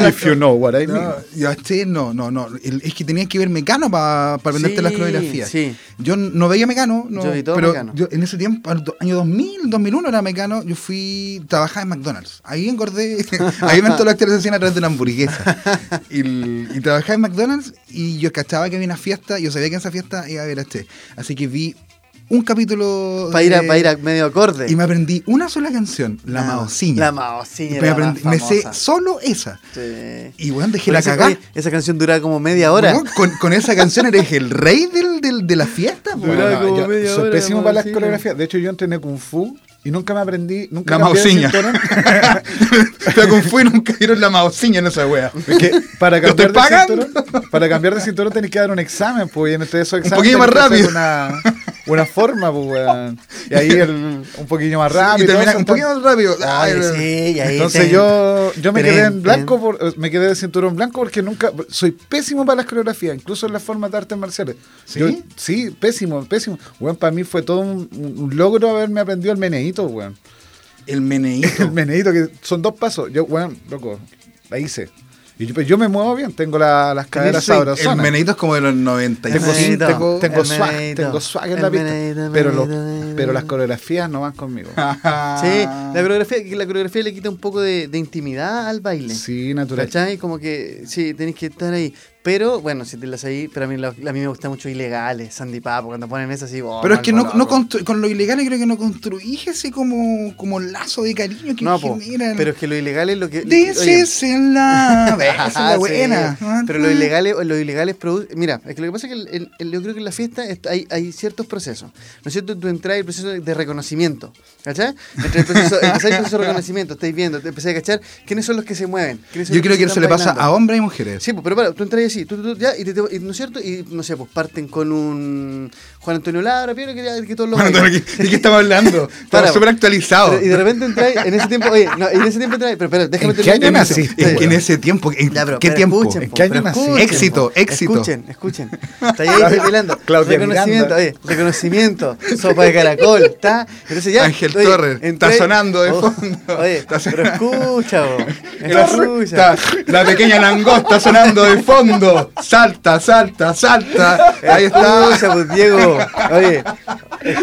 [SPEAKER 3] If you know what I mean.
[SPEAKER 2] No, yo este, no, no, no. El- es que tenías que ver Mecano para aprenderte
[SPEAKER 1] Sí,
[SPEAKER 2] las coreografías.
[SPEAKER 1] sí.
[SPEAKER 2] Yo n- no veía Mecano, no,
[SPEAKER 1] Yo vi todo
[SPEAKER 2] pero
[SPEAKER 1] Mecano.
[SPEAKER 2] yo en ese tiempo, al do- año 2000, 2001 era Mecano, yo fui, trabajaba en McDonald's. Ahí engordé, ahí me entró la actualización a través de una hamburguesa. y, el- y trabajaba en McDonald's y yo cachaba que había una fiesta, yo sabía que en esa fiesta iba a haber este. Así que vi un capítulo...
[SPEAKER 1] Para ir, a,
[SPEAKER 2] de-
[SPEAKER 1] pa' ir a medio acorde.
[SPEAKER 2] Y me aprendí una sola canción, La
[SPEAKER 1] Nada.
[SPEAKER 2] Maociña.
[SPEAKER 1] La Maosiña.
[SPEAKER 2] me,
[SPEAKER 1] era la más
[SPEAKER 2] aprendí- me sé
[SPEAKER 1] famosa.
[SPEAKER 2] solo esa.
[SPEAKER 1] Sí.
[SPEAKER 2] Y bueno, dejé
[SPEAKER 1] Pero
[SPEAKER 2] la
[SPEAKER 1] esa-
[SPEAKER 2] cagada.
[SPEAKER 1] oye, Esa canción duraba como media hora.
[SPEAKER 2] Weón, con, con esa canción eres el rey del, del- de la fiesta, po.
[SPEAKER 1] Duraba
[SPEAKER 3] Bueno,
[SPEAKER 1] como
[SPEAKER 3] yo
[SPEAKER 1] media
[SPEAKER 3] soy
[SPEAKER 1] hora,
[SPEAKER 3] pésimo para las
[SPEAKER 1] Mausina.
[SPEAKER 3] coreografías. De hecho, yo entrené Kung Fu y nunca me aprendí. Nunca
[SPEAKER 2] La
[SPEAKER 3] cambié de
[SPEAKER 2] Maosiña.
[SPEAKER 3] cinturón.
[SPEAKER 2] La confío y nunca dieron la maociña en esa wea.
[SPEAKER 3] Es que para
[SPEAKER 2] ¿Te
[SPEAKER 3] cambiar, de
[SPEAKER 2] pagan?
[SPEAKER 3] cinturón, para cambiar de cinturón tenés que dar un examen, pues, y entre esos exámenes
[SPEAKER 2] poquillo más
[SPEAKER 3] tenés que
[SPEAKER 2] rápido.
[SPEAKER 3] hacer Una, una forma, pues, weón. Y ahí el, un poquillo más rápido.
[SPEAKER 2] y termina
[SPEAKER 3] eso,
[SPEAKER 2] un poquito más rápido. Ay,
[SPEAKER 1] Oye, sí, y ahí
[SPEAKER 3] Entonces
[SPEAKER 1] ten-
[SPEAKER 3] yo, yo me
[SPEAKER 1] ten,
[SPEAKER 3] quedé en
[SPEAKER 1] ten.
[SPEAKER 3] blanco, por- eh, me quedé de cinturón blanco porque nunca, soy pésimo para las coreografías, incluso en las formas de artes marciales.
[SPEAKER 2] ¿Sí?
[SPEAKER 3] Yo- sí, pésimo, pésimo. Bueno, para mí fue todo un, un logro haberme aprendido el meneíto, weón.
[SPEAKER 2] El meneíto.
[SPEAKER 3] El meneíto, que son dos pasos. Yo, weón, loco, la hice. Y yo, pues, yo me muevo bien, tengo la- las caderas
[SPEAKER 2] el
[SPEAKER 3] sabrosonas.
[SPEAKER 2] meneíto es como de los 90.
[SPEAKER 3] Tengo,
[SPEAKER 1] El meneíto,
[SPEAKER 3] tengo, tengo
[SPEAKER 1] el
[SPEAKER 3] swag,
[SPEAKER 1] meneíto,
[SPEAKER 3] tengo swag en
[SPEAKER 1] el
[SPEAKER 3] la pista.
[SPEAKER 1] meneíto,
[SPEAKER 3] pero, lo-
[SPEAKER 1] meneíto,
[SPEAKER 3] pero las
[SPEAKER 1] meneíto.
[SPEAKER 3] coreografías no van conmigo.
[SPEAKER 1] Sí, la
[SPEAKER 2] Ah.
[SPEAKER 1] coreografía, que la coreografía le quita un poco de, de intimidad al baile.
[SPEAKER 3] Sí, natural.
[SPEAKER 1] ¿Cachai? Como que sí, tenés que estar ahí. Pero bueno, si te las ahí, pero a mí, la- a mí me gusta mucho ilegales, Sandy Papo, cuando ponen esas así. oh,
[SPEAKER 2] Pero es que no,
[SPEAKER 1] algo
[SPEAKER 2] no
[SPEAKER 1] loco.
[SPEAKER 2] constru- con lo ilegal creo que no construí ese como, como lazo de cariño que
[SPEAKER 1] No, po,
[SPEAKER 2] generan.
[SPEAKER 1] pero es que lo ilegal es lo que.
[SPEAKER 2] This
[SPEAKER 1] oye,
[SPEAKER 2] is in love. Esa es
[SPEAKER 1] Ah,
[SPEAKER 2] la
[SPEAKER 1] sí.
[SPEAKER 2] buena.
[SPEAKER 1] Pero los ilegales, los ilegales producen. Mira, es que lo que pasa es que el- el- el- yo creo que en la fiesta est- hay, hay ciertos procesos. ¿No es cierto? Tú entras el proceso de reconocimiento. ¿Cachai? Entre el proceso, empezás el proceso de reconocimiento, estáis viendo, te empecé a cachar quiénes son los que se mueven. quiénes son
[SPEAKER 2] Yo
[SPEAKER 1] los
[SPEAKER 2] creo que
[SPEAKER 1] están
[SPEAKER 2] eso le pasa
[SPEAKER 1] bailando.
[SPEAKER 2] a hombres y mujeres.
[SPEAKER 1] Sí, pues, pero para, tú entras así, tú, tú, ya, y, te, te- y, ¿no es cierto? Y no sé, pues parten con un Juan Antonio Labra, pero que, que todos los.
[SPEAKER 2] Bueno,
[SPEAKER 1] bailan.
[SPEAKER 2] ¿De qué- de qué estamos
[SPEAKER 1] Para,
[SPEAKER 2] hablando? Estamos súper actualizados.
[SPEAKER 1] Pero- Y de repente entras, en ese tiempo, oye, no, y en ese tiempo entras, pero espera, déjame
[SPEAKER 3] ¿En qué
[SPEAKER 1] terminar.
[SPEAKER 3] año naciste?
[SPEAKER 2] En,
[SPEAKER 1] Sí.
[SPEAKER 2] en ese tiempo, ¿en
[SPEAKER 1] Ya, pero-
[SPEAKER 2] qué
[SPEAKER 1] pero
[SPEAKER 2] tiempo?
[SPEAKER 1] escuchen,
[SPEAKER 3] ¿En
[SPEAKER 1] po,
[SPEAKER 3] qué año
[SPEAKER 1] pero
[SPEAKER 3] nací?
[SPEAKER 1] escuchen,
[SPEAKER 2] Éxito,
[SPEAKER 1] po.
[SPEAKER 2] éxito.
[SPEAKER 1] Escuchen, escuchen. Está ahí bailando.
[SPEAKER 3] Claudia
[SPEAKER 1] reconocimiento,
[SPEAKER 3] Miranda.
[SPEAKER 1] oye, reconocimiento, sopa de caracol, ¿está? Entonces ya.
[SPEAKER 2] Ángel
[SPEAKER 1] oye,
[SPEAKER 2] Torres,
[SPEAKER 1] entré- Oh,
[SPEAKER 2] está sonando de fondo.
[SPEAKER 1] Oye,
[SPEAKER 2] Está
[SPEAKER 1] pero escucha, vos.
[SPEAKER 2] La,
[SPEAKER 1] Escucha.
[SPEAKER 2] la pequeña langosta sonando de fondo. Salta, salta, salta. Ahí está.
[SPEAKER 1] Escucha, pues, Diego. Oye.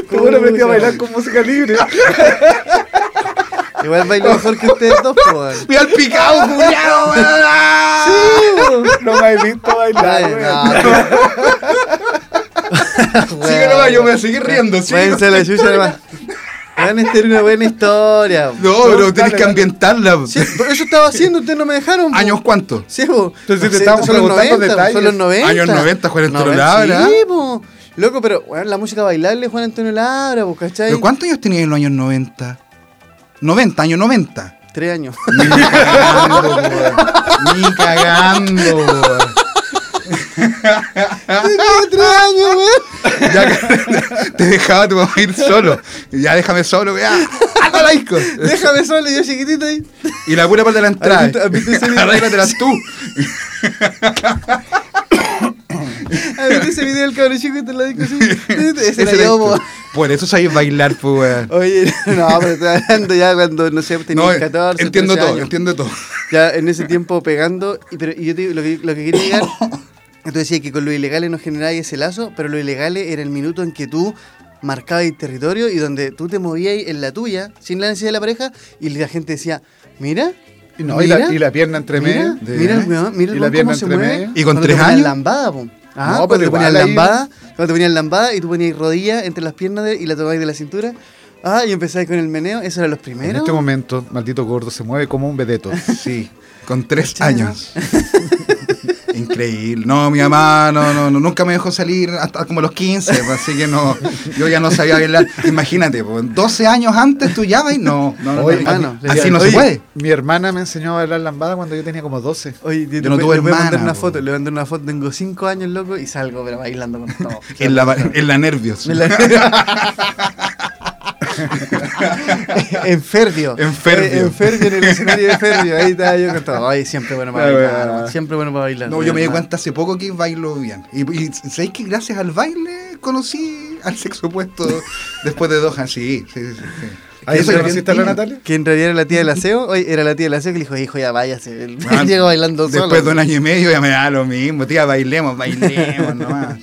[SPEAKER 3] ¿Cómo no aprendí
[SPEAKER 1] escucha.
[SPEAKER 3] a bailar con música libre?
[SPEAKER 1] Igual bailo mejor que ustedes dos, pues.
[SPEAKER 2] Mira el picado, culiao.
[SPEAKER 3] no me he visto bailar,
[SPEAKER 1] Ay,
[SPEAKER 3] weón.
[SPEAKER 1] no.
[SPEAKER 2] Sigue nomás, yo voy a seguir riendo. sigue.
[SPEAKER 1] Váyanse a la chucha nomás. Van a tener una buena historia.
[SPEAKER 2] No, pero tenés que ambientarla.
[SPEAKER 1] Sí, pero eso estaba haciendo, ustedes no me dejaron. po.
[SPEAKER 2] ¿Años cuántos?
[SPEAKER 1] Sí, po.
[SPEAKER 3] Entonces te
[SPEAKER 1] Sí,
[SPEAKER 3] estábamos
[SPEAKER 1] son los
[SPEAKER 3] preguntando
[SPEAKER 1] 90,
[SPEAKER 3] detalles.
[SPEAKER 1] Son los 90.
[SPEAKER 2] Años 90, Juan Antonio
[SPEAKER 1] 90,
[SPEAKER 2] Labra.
[SPEAKER 1] Sí, po. Loco, pero bueno, la música bailable, Juan Antonio Labra, po, ¿cachai?
[SPEAKER 2] ¿Pero cuántos años tenía en los años 90? 90, años 90.
[SPEAKER 1] Tres años.
[SPEAKER 2] Ni cagando, weón. Ni cagando, weón.
[SPEAKER 1] Tres años, weón.
[SPEAKER 2] Ya que- te dejaba tu mamá ir solo. Ya déjame solo, weá. ¡Anda la disco!
[SPEAKER 1] Déjame solo, yo chiquitito ahí.
[SPEAKER 2] Y la pura parte de la
[SPEAKER 1] ¿Has visto-
[SPEAKER 2] entrada.
[SPEAKER 1] has visto ese video?
[SPEAKER 2] Arréglatelas tú.
[SPEAKER 1] A ver ese video del cabrón chico y te lo digo así. Ese
[SPEAKER 2] Ese
[SPEAKER 1] era yo,
[SPEAKER 2] disco.
[SPEAKER 1] po.
[SPEAKER 2] Por eso sabéis bailar, pues, weón.
[SPEAKER 1] Oye, no, pero estoy hablando ya cuando, no sé, tenía
[SPEAKER 2] No,
[SPEAKER 1] 14,
[SPEAKER 2] entiendo
[SPEAKER 1] 13
[SPEAKER 2] todo,
[SPEAKER 1] años.
[SPEAKER 2] entiendo todo.
[SPEAKER 1] Ya en ese tiempo pegando, y, pero y yo te digo, lo que, lo que quería llegar, tú decías que con lo ilegales no generabas ese lazo, pero lo ilegales era el minuto en que tú marcabas el territorio y donde tú te movías en la tuya, sin la necesidad de la pareja, y la gente decía, mira,
[SPEAKER 3] Y no, y, la, y la pierna entre
[SPEAKER 1] mira,
[SPEAKER 3] medio.
[SPEAKER 1] mira el weón, mira el
[SPEAKER 3] y la
[SPEAKER 1] weón
[SPEAKER 3] pierna
[SPEAKER 1] cómo se
[SPEAKER 3] entre
[SPEAKER 1] mueve.
[SPEAKER 3] medio.
[SPEAKER 2] Y con
[SPEAKER 1] Cuando te
[SPEAKER 2] tres
[SPEAKER 1] ponían
[SPEAKER 2] años.
[SPEAKER 1] lambada, po. Ah,
[SPEAKER 3] No,
[SPEAKER 1] cuando
[SPEAKER 3] pero
[SPEAKER 1] te ponían
[SPEAKER 3] igual ahí-
[SPEAKER 1] lambada, cuando te ponían lambada y tú ponías rodilla entre las piernas de- y la tomabas de la cintura. Ah, y empezabas con el meneo, esos eran los
[SPEAKER 3] En
[SPEAKER 1] primeros.
[SPEAKER 3] este momento, maldito gordo se mueve como un vedeto.
[SPEAKER 2] Sí, con tres
[SPEAKER 1] Chao.
[SPEAKER 2] años. Increíble. No, mi mamá no, no, no, nunca me dejó salir hasta como los 15, pues, así que no, yo ya no sabía bailar. Imagínate, pues, 12 años antes tú ya bailas. No, no, no,
[SPEAKER 3] Oye,
[SPEAKER 2] no,
[SPEAKER 1] hermano,
[SPEAKER 2] así así no
[SPEAKER 3] Oye,
[SPEAKER 2] se puede.
[SPEAKER 3] Mi hermana me enseñó a bailar lambada cuando yo tenía como 12.
[SPEAKER 1] Oye,
[SPEAKER 2] Yo no tuve
[SPEAKER 1] le voy a mandar
[SPEAKER 2] hermana,
[SPEAKER 1] una
[SPEAKER 2] po.
[SPEAKER 1] foto, le voy a mandar una foto, tengo cinco años, loco, y salgo, pero bailando con todo.
[SPEAKER 2] En la, en la nervios.
[SPEAKER 1] Me la- en Ferdio.
[SPEAKER 2] En Ferdio.
[SPEAKER 1] Eh, En Ferdio, en el escenario de Ferdio. Ahí estaba yo con todo. Ay, siempre bueno para
[SPEAKER 3] La
[SPEAKER 1] bailar.
[SPEAKER 3] weá.
[SPEAKER 1] man, Siempre bueno para bailar.
[SPEAKER 2] No,
[SPEAKER 1] de
[SPEAKER 2] yo me di
[SPEAKER 1] verdad.
[SPEAKER 2] cuenta hace poco que bailo bien. Y, y sabéis que gracias al baile conocí al sexo opuesto después de Doha. Sí, sí, sí. sí.
[SPEAKER 3] ¿Ahí
[SPEAKER 2] Eso
[SPEAKER 3] se
[SPEAKER 2] es
[SPEAKER 3] conociste a la
[SPEAKER 2] bien
[SPEAKER 3] Natalia?
[SPEAKER 1] Que en realidad era la tía del aseo. Oye, era la tía del aseo que le dijo, hijo, ya váyase. Él
[SPEAKER 2] Ah,
[SPEAKER 1] llega bailando solo.
[SPEAKER 2] Después de un año y medio ya me da lo mismo, tía, bailemos, bailemos nomás.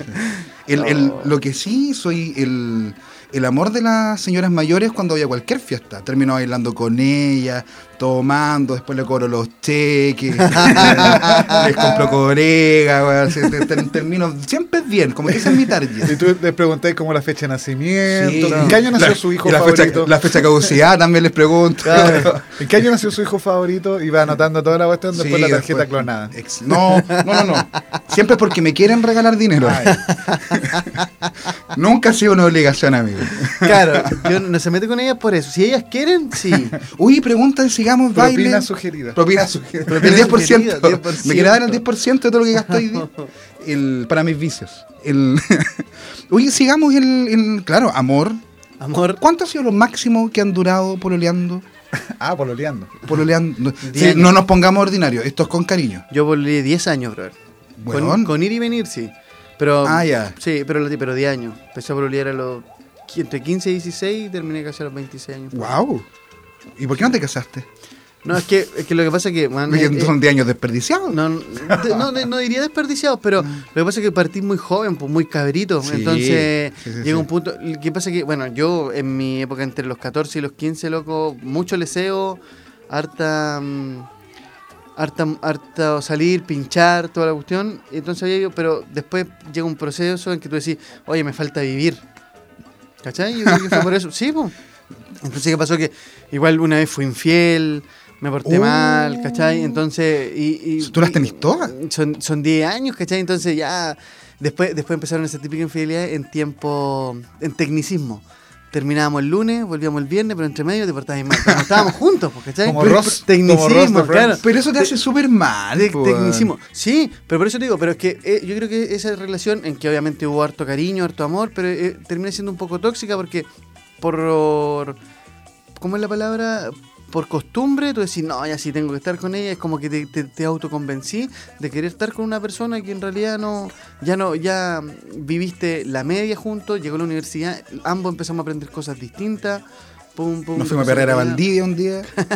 [SPEAKER 2] El- el-
[SPEAKER 1] No.
[SPEAKER 2] lo que sí soy el, el amor de las señoras mayores cuando voy a cualquier fiesta. Termino bailando con ellas, tomando, después le cobro los cheques, les compro corega, weón, así, te- te- termino siempre bien, como que esa es mi
[SPEAKER 3] Y
[SPEAKER 2] target.
[SPEAKER 3] tú les preguntáis como la fecha de nacimiento.
[SPEAKER 2] Sí.
[SPEAKER 3] ¿En qué año nació
[SPEAKER 2] La-
[SPEAKER 3] su hijo
[SPEAKER 2] y la
[SPEAKER 3] favorito?
[SPEAKER 2] Fecha, la fecha de caducidad también les pregunto.
[SPEAKER 3] Claro. ¿En qué año nació su hijo favorito? Y va anotando toda la cuestión, después
[SPEAKER 2] Sí,
[SPEAKER 3] la tarjeta
[SPEAKER 2] después-
[SPEAKER 3] clonada.
[SPEAKER 2] Ex- No, no, no, no. Siempre porque me quieren regalar dinero. Nunca ha sido una obligación, amigo.
[SPEAKER 1] Claro, yo no se mete con ellas por eso. Si ellas quieren, sí.
[SPEAKER 2] Uy, preguntan si sigamos
[SPEAKER 3] Propina
[SPEAKER 2] baile.
[SPEAKER 3] sugerida.
[SPEAKER 2] Propina sugerida.
[SPEAKER 1] Propina
[SPEAKER 2] el 10%.
[SPEAKER 1] sugerida, 10%.
[SPEAKER 2] Me quiere dar el 10% de todo lo que gasté hoy día. El- para mis vicios. El- Oye, sigamos el, el- Claro, amor.
[SPEAKER 1] Amor,
[SPEAKER 2] ¿Cuánto ha sido lo máximo que han durado pololeando?
[SPEAKER 3] Ah, pololeando.
[SPEAKER 2] Pololeando. Sí,
[SPEAKER 1] Diez años.
[SPEAKER 2] no nos pongamos ordinarios. Esto es con cariño.
[SPEAKER 1] yo volví 10 años, brother. Con,
[SPEAKER 2] Weón.
[SPEAKER 1] con ir y venir, sí. Pero,
[SPEAKER 2] Ah, ya.
[SPEAKER 1] Sí, pero, pero 10 años. Empecé a prolear a los qui- entre 15 y 16 y terminé casi a los 26 años.
[SPEAKER 2] Wow. ¿Y por qué no te casaste?
[SPEAKER 1] No, es que, es que lo que pasa es que, man,
[SPEAKER 2] Oye,
[SPEAKER 1] eh, eh,
[SPEAKER 2] Son 10 años desperdiciados.
[SPEAKER 1] no, de- no, de- no diría desperdiciados, pero lo que pasa es que partí muy joven, pues muy cabrito.
[SPEAKER 2] Mm. Sí,
[SPEAKER 1] Entonces,
[SPEAKER 2] sí, sí,
[SPEAKER 1] llega
[SPEAKER 2] sí.
[SPEAKER 1] un punto. Lo que pasa es que, bueno, yo en mi época entre los 14 y los 15, loco, mucho leseo, harta. mm, harta, harta salir, pinchar, toda la cuestión. Entonces había yo, pero después llega un proceso en que tú decís, oye, me falta vivir. ¿Cachai? Yo creo que fue por eso. Sí, po. Entonces, ¿qué pasó? Que igual una vez fui infiel, me porté
[SPEAKER 2] Uh.
[SPEAKER 1] mal, ¿cachai? Entonces, y... y-
[SPEAKER 2] ¿Tú las tenés
[SPEAKER 1] y-
[SPEAKER 2] todas?
[SPEAKER 1] Son, son 10 años, ¿cachai? Entonces ya... Después, después empezaron esa típica infidelidad en tiempo... En tecnicismo. Terminábamos el lunes, volvíamos el viernes, pero entre medio te portabas mal. Pero no estábamos juntos, pues, ¿cachai?
[SPEAKER 3] Como
[SPEAKER 1] Pero-
[SPEAKER 3] Ross-
[SPEAKER 1] Tecnicismo,
[SPEAKER 3] como Ross de
[SPEAKER 1] claro.
[SPEAKER 3] Friends.
[SPEAKER 2] Pero eso te hace súper mal. eh,
[SPEAKER 1] De-
[SPEAKER 2] po,
[SPEAKER 1] tecnicismo. Sí, pero por eso te digo, pero es que eh, yo creo que esa relación, en que obviamente hubo harto cariño, harto amor, pero eh, termina siendo un poco tóxica porque por... ¿Cómo es la palabra? Por costumbre, tú decís, no, ya sí tengo que estar con ella, es como que te, te, te autoconvencí de querer estar con una persona que en realidad no, ya no, ya viviste la media juntos, llegó a la universidad, ambos empezamos a aprender cosas distintas, pum, pum.
[SPEAKER 2] Nos fuimos a perder a Valdivia un día. Yo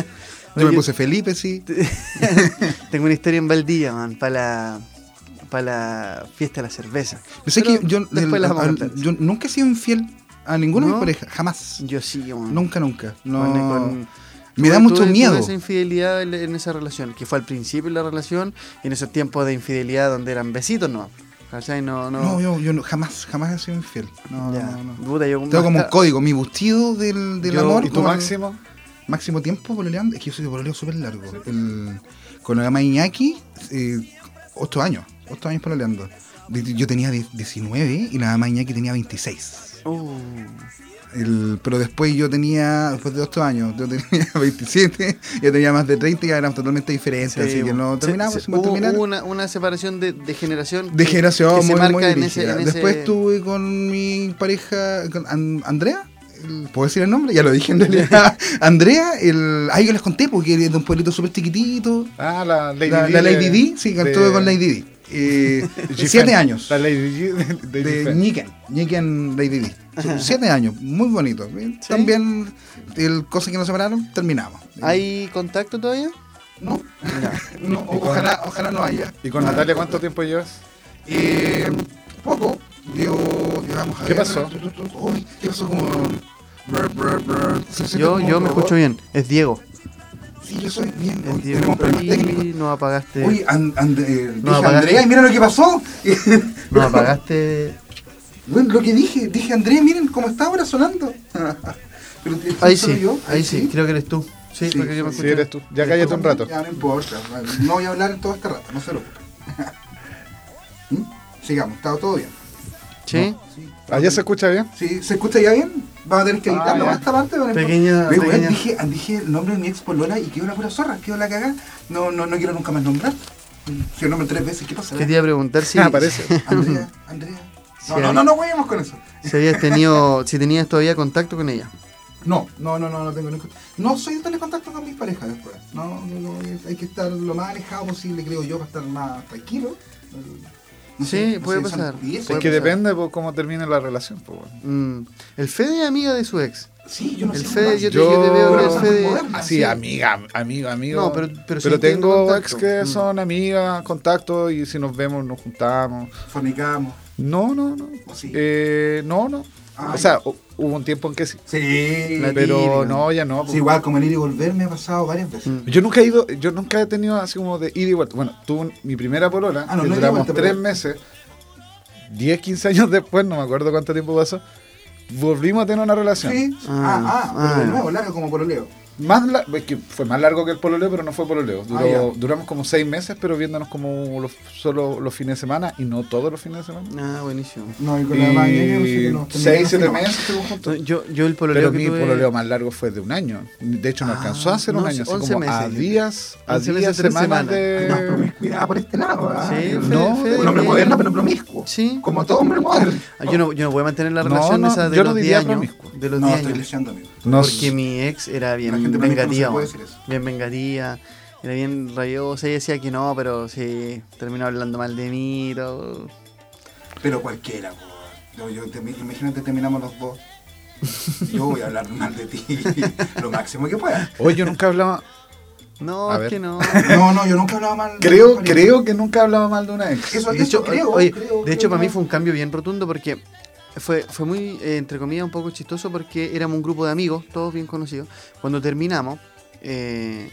[SPEAKER 2] me
[SPEAKER 1] Oye,
[SPEAKER 2] puse Felipe, sí.
[SPEAKER 1] Tengo una historia en Valdivia, man, para la, pa' la fiesta de la cerveza.
[SPEAKER 2] Pensé
[SPEAKER 1] Pero
[SPEAKER 2] que yo,
[SPEAKER 1] después
[SPEAKER 2] del-
[SPEAKER 1] las vamos a
[SPEAKER 2] al-
[SPEAKER 1] contar.
[SPEAKER 2] yo nunca he sido infiel a ninguna de
[SPEAKER 1] ¿No?
[SPEAKER 2] mis parejas. Jamás.
[SPEAKER 1] Yo sí, man.
[SPEAKER 2] Nunca, nunca. No.
[SPEAKER 1] Bueno, con-
[SPEAKER 2] me da
[SPEAKER 1] tuve-
[SPEAKER 2] mucho
[SPEAKER 1] tuve- tuve
[SPEAKER 2] miedo.
[SPEAKER 1] esa infidelidad en, en esa relación, que fue al principio de la relación, y en esos tiempos de infidelidad donde eran besitos, no. ¿Cachai? No, no.
[SPEAKER 2] No, yo, yo no- jamás, jamás he sido infiel. No,
[SPEAKER 1] Ya.
[SPEAKER 2] no, no.
[SPEAKER 1] Puta, yo
[SPEAKER 2] Tengo como un
[SPEAKER 1] más
[SPEAKER 2] código, mi vestido del, del
[SPEAKER 3] Yo-
[SPEAKER 2] amor.
[SPEAKER 3] ¿Y tu
[SPEAKER 2] como el
[SPEAKER 3] máximo?
[SPEAKER 2] Máximo tiempo pololeando. Es que yo soy de pololeo súper largo. El- con la gama Iñaki, eh, ocho años. Ocho años pololeando. De- Yo tenía die- 19 y la gama Iñaki tenía 26.
[SPEAKER 1] ca- Uh,
[SPEAKER 2] El- pero después yo tenía, después de 8 años, yo tenía 27, yo tenía más de 30 y éramos totalmente diferentes,
[SPEAKER 1] sí,
[SPEAKER 2] así que
[SPEAKER 1] bueno.
[SPEAKER 2] no
[SPEAKER 1] Se-
[SPEAKER 2] terminamos,
[SPEAKER 1] se-
[SPEAKER 2] hicimos
[SPEAKER 1] hubo
[SPEAKER 2] terminar.
[SPEAKER 1] una, una separación de, de generación.
[SPEAKER 2] de
[SPEAKER 1] que-
[SPEAKER 2] generación
[SPEAKER 1] que se
[SPEAKER 2] muy,
[SPEAKER 1] marca
[SPEAKER 2] muy
[SPEAKER 1] en ese-
[SPEAKER 2] brígida.
[SPEAKER 1] en
[SPEAKER 2] Después
[SPEAKER 1] ese-
[SPEAKER 2] estuve con mi pareja, con An- Andrea. el- ¿Puedo decir el nombre? Ya lo dije en realidad. Andrea, el. Ay, yo les conté porque es de un pueblito súper chiquitito.
[SPEAKER 3] Ah, la Lady
[SPEAKER 2] la,
[SPEAKER 3] D.
[SPEAKER 2] la
[SPEAKER 3] de-
[SPEAKER 2] Lady D, sí,
[SPEAKER 3] de-
[SPEAKER 2] estuve con Lady D. Eh,
[SPEAKER 3] G-Fan.
[SPEAKER 2] siete años.
[SPEAKER 3] La Lady D de, de
[SPEAKER 2] de
[SPEAKER 3] G-Fan.
[SPEAKER 2] Niken, Niken Lady D. Siete años, muy bonito. Eh,
[SPEAKER 1] ¿Sí?
[SPEAKER 2] También, el cosa que nos separaron, terminamos.
[SPEAKER 1] ¿Hay contacto todavía?
[SPEAKER 2] No, no, ojalá, ojalá no haya.
[SPEAKER 3] ¿Y con Natalia cuánto tiempo llevas?
[SPEAKER 2] Eh, poco, dio, digamos, a
[SPEAKER 3] ¿Qué
[SPEAKER 2] ver,
[SPEAKER 3] pasó?
[SPEAKER 2] uy, ¿Qué pasó como... brr, brr, brr, se siente
[SPEAKER 1] Yo,
[SPEAKER 2] como
[SPEAKER 1] yo
[SPEAKER 2] un
[SPEAKER 1] me
[SPEAKER 2] robot.
[SPEAKER 1] escucho bien. Es Diego.
[SPEAKER 2] Sí, yo soy bien.
[SPEAKER 1] Es
[SPEAKER 2] hoy
[SPEAKER 1] Diego.
[SPEAKER 2] Tenemos problemas técnicos.
[SPEAKER 1] Y no apagaste.
[SPEAKER 2] Uy, and, and- eh,
[SPEAKER 1] No,
[SPEAKER 2] dije
[SPEAKER 1] apagaste.
[SPEAKER 2] Andrea y mira lo que pasó.
[SPEAKER 1] No apagaste.
[SPEAKER 2] Bueno, lo que dije, dije Andrea, miren cómo está ahora sonando. Pero,
[SPEAKER 1] Ahí
[SPEAKER 2] ¿soy
[SPEAKER 1] sí,
[SPEAKER 2] yo?
[SPEAKER 1] ahí sí, creo que eres tú. Sí,
[SPEAKER 2] Sí,
[SPEAKER 1] porque yo me
[SPEAKER 3] sí,
[SPEAKER 1] escucho.
[SPEAKER 3] eres tú. Ya cállate un rato.
[SPEAKER 2] Ya no importa, no voy a hablar en todo este rato, no se preocupen. ¿Mm? sigamos, está todo bien.
[SPEAKER 1] ¿Sí?
[SPEAKER 3] ¿Allá se escucha bien?
[SPEAKER 2] Sí, ¿se escucha ya bien? Vamos a tener que editarlo
[SPEAKER 3] ya.
[SPEAKER 2] más esta parte. para-
[SPEAKER 1] Ah, Pequeña-
[SPEAKER 2] Ve, weón,
[SPEAKER 1] pequeña-
[SPEAKER 2] Dije, dije el nombre de mi ex polola y quedó la pura zorra, quedó la cagada. No, no, no quiero nunca más nombrar. Si yo nombro tres veces, ¿qué pasa?
[SPEAKER 1] Que te iba a preguntar si,
[SPEAKER 3] Ah, parece.
[SPEAKER 2] Andrea, Andrea.
[SPEAKER 1] Sí,
[SPEAKER 2] No, no,
[SPEAKER 1] ahí.
[SPEAKER 2] no, no huevemos con eso.
[SPEAKER 1] si habías tenido, si tenías todavía contacto con ella.
[SPEAKER 2] No, no, no, no, no tengo ningún... No soy de tener contacto con mis parejas después. No, no, no, es- hay que estar lo más alejado posible, creo yo, para estar más tranquilo.
[SPEAKER 1] Sí,
[SPEAKER 2] No sé, no
[SPEAKER 1] puede
[SPEAKER 2] sé, son
[SPEAKER 1] pasar.
[SPEAKER 2] piezas.
[SPEAKER 1] Puede
[SPEAKER 3] Es que
[SPEAKER 1] pasar.
[SPEAKER 3] depende por cómo termine la relación. pues, bueno.
[SPEAKER 1] Mm, El Fede es amiga de su ex.
[SPEAKER 2] Sí, yo no
[SPEAKER 1] El
[SPEAKER 2] sé.
[SPEAKER 1] Fede,
[SPEAKER 2] más.
[SPEAKER 1] yo te, yo te veo
[SPEAKER 2] Pero
[SPEAKER 1] con el
[SPEAKER 2] son
[SPEAKER 1] Fede.
[SPEAKER 2] modernas,
[SPEAKER 3] Así,
[SPEAKER 2] sí.
[SPEAKER 3] Ah, amiga, amigo, amigo.
[SPEAKER 1] No, pero- pero sí tienen
[SPEAKER 3] tengo
[SPEAKER 1] contacto.
[SPEAKER 3] ex que
[SPEAKER 1] Mm.
[SPEAKER 3] son amigas, contacto, y si nos vemos, nos juntamos.
[SPEAKER 2] Fornicamos.
[SPEAKER 3] No, no, no.
[SPEAKER 2] ¿O sí?
[SPEAKER 3] Eh, no, no.
[SPEAKER 2] Ah,
[SPEAKER 3] o sea, hu- hubo un tiempo en que sí.
[SPEAKER 2] Sí.
[SPEAKER 1] La
[SPEAKER 3] pero
[SPEAKER 1] típica.
[SPEAKER 3] no, ya no.
[SPEAKER 2] Sí, igual, como el ir y volver me ha pasado varias veces.
[SPEAKER 1] pues. Mm.
[SPEAKER 3] Yo nunca he ido, yo nunca he tenido así como de ida y vuelta. Bueno, tuve un- mi primera polola,
[SPEAKER 2] Ah, no,
[SPEAKER 3] que
[SPEAKER 2] no ida y
[SPEAKER 3] duramos
[SPEAKER 2] vuelta,
[SPEAKER 3] tres
[SPEAKER 2] pero-
[SPEAKER 3] meses, 10, 15 años después, no me acuerdo cuánto tiempo pasó, volvimos a tener una relación.
[SPEAKER 2] Sí.
[SPEAKER 1] Ah,
[SPEAKER 2] Ah, ah, pero
[SPEAKER 1] ah.
[SPEAKER 2] de nuevo, largo como pololeo.
[SPEAKER 3] Más la- es que fue más largo que el pololeo, pero no fue pololeo.
[SPEAKER 1] Ah,
[SPEAKER 3] Duró-
[SPEAKER 2] ya.
[SPEAKER 3] duramos como seis meses, pero viéndonos como los- solo los fines de semana y no todos los fines de semana.
[SPEAKER 1] Ah, buenísimo.
[SPEAKER 2] No, y con la mañana yo no sé que
[SPEAKER 3] Y
[SPEAKER 2] nos terminamos,
[SPEAKER 3] seis, siete
[SPEAKER 2] no.
[SPEAKER 3] meses estuvimos juntos.
[SPEAKER 1] Yo, yo el pololeo
[SPEAKER 3] Pero
[SPEAKER 1] que
[SPEAKER 3] mi
[SPEAKER 1] tuve-
[SPEAKER 3] pololeo más largo fue de un año. De hecho, no
[SPEAKER 1] Ah,
[SPEAKER 3] alcanzó a ser un
[SPEAKER 1] no,
[SPEAKER 3] año, así
[SPEAKER 1] 11
[SPEAKER 3] como a
[SPEAKER 1] meses.
[SPEAKER 3] días, a
[SPEAKER 1] 11
[SPEAKER 3] días,
[SPEAKER 1] meses, tres
[SPEAKER 3] semanas,
[SPEAKER 1] semanas.
[SPEAKER 2] Más
[SPEAKER 3] de...
[SPEAKER 2] promiscuidad por este lado, ¿ah?
[SPEAKER 1] Sí,
[SPEAKER 2] Yo-
[SPEAKER 1] Fede,
[SPEAKER 3] No,
[SPEAKER 1] Fede,
[SPEAKER 2] Un hombre
[SPEAKER 1] que-
[SPEAKER 2] moderno, pero promiscuo.
[SPEAKER 1] Sí.
[SPEAKER 2] Como todo hombre moderno.
[SPEAKER 1] Ah, Yo no, yo no voy a mantener la
[SPEAKER 3] No,
[SPEAKER 1] relación
[SPEAKER 3] no,
[SPEAKER 1] esa de
[SPEAKER 3] yo no
[SPEAKER 1] los 10
[SPEAKER 3] diría
[SPEAKER 1] años.
[SPEAKER 3] promiscuo.
[SPEAKER 1] De los
[SPEAKER 2] No,
[SPEAKER 1] 10
[SPEAKER 2] estoy
[SPEAKER 1] años.
[SPEAKER 2] leyendo, amigo.
[SPEAKER 3] Nos-
[SPEAKER 1] Porque mi ex era
[SPEAKER 2] La
[SPEAKER 1] bien
[SPEAKER 2] gente promiscua no se
[SPEAKER 1] vengativa.
[SPEAKER 2] puede
[SPEAKER 1] weón.
[SPEAKER 2] decir eso.
[SPEAKER 1] Bien vengativa. Era bien rayosa. Ella decía que no, pero sí, terminó hablando mal de mí y todo.
[SPEAKER 2] Pero cualquiera, po. yo, yo te- Imagínate, terminamos los dos. Yo voy a hablar mal de ti lo máximo que pueda.
[SPEAKER 3] Hoy yo nunca hablaba...
[SPEAKER 1] No,
[SPEAKER 3] A
[SPEAKER 1] es
[SPEAKER 3] ver.
[SPEAKER 1] que no.
[SPEAKER 2] No, no, yo nunca hablaba mal. de mi
[SPEAKER 3] Creo,
[SPEAKER 2] pareja.
[SPEAKER 3] creo que nunca hablaba mal de una ex.
[SPEAKER 2] Eso,
[SPEAKER 1] de
[SPEAKER 2] eso
[SPEAKER 1] hecho,
[SPEAKER 2] creo,
[SPEAKER 1] oye,
[SPEAKER 2] creo,
[SPEAKER 1] de hecho
[SPEAKER 2] creo,
[SPEAKER 1] para mí
[SPEAKER 2] creo.
[SPEAKER 1] fue un cambio bien rotundo porque fue, fue muy, eh, entre comillas, un poco chistoso porque éramos un grupo de amigos, todos bien conocidos. Cuando terminamos, eh,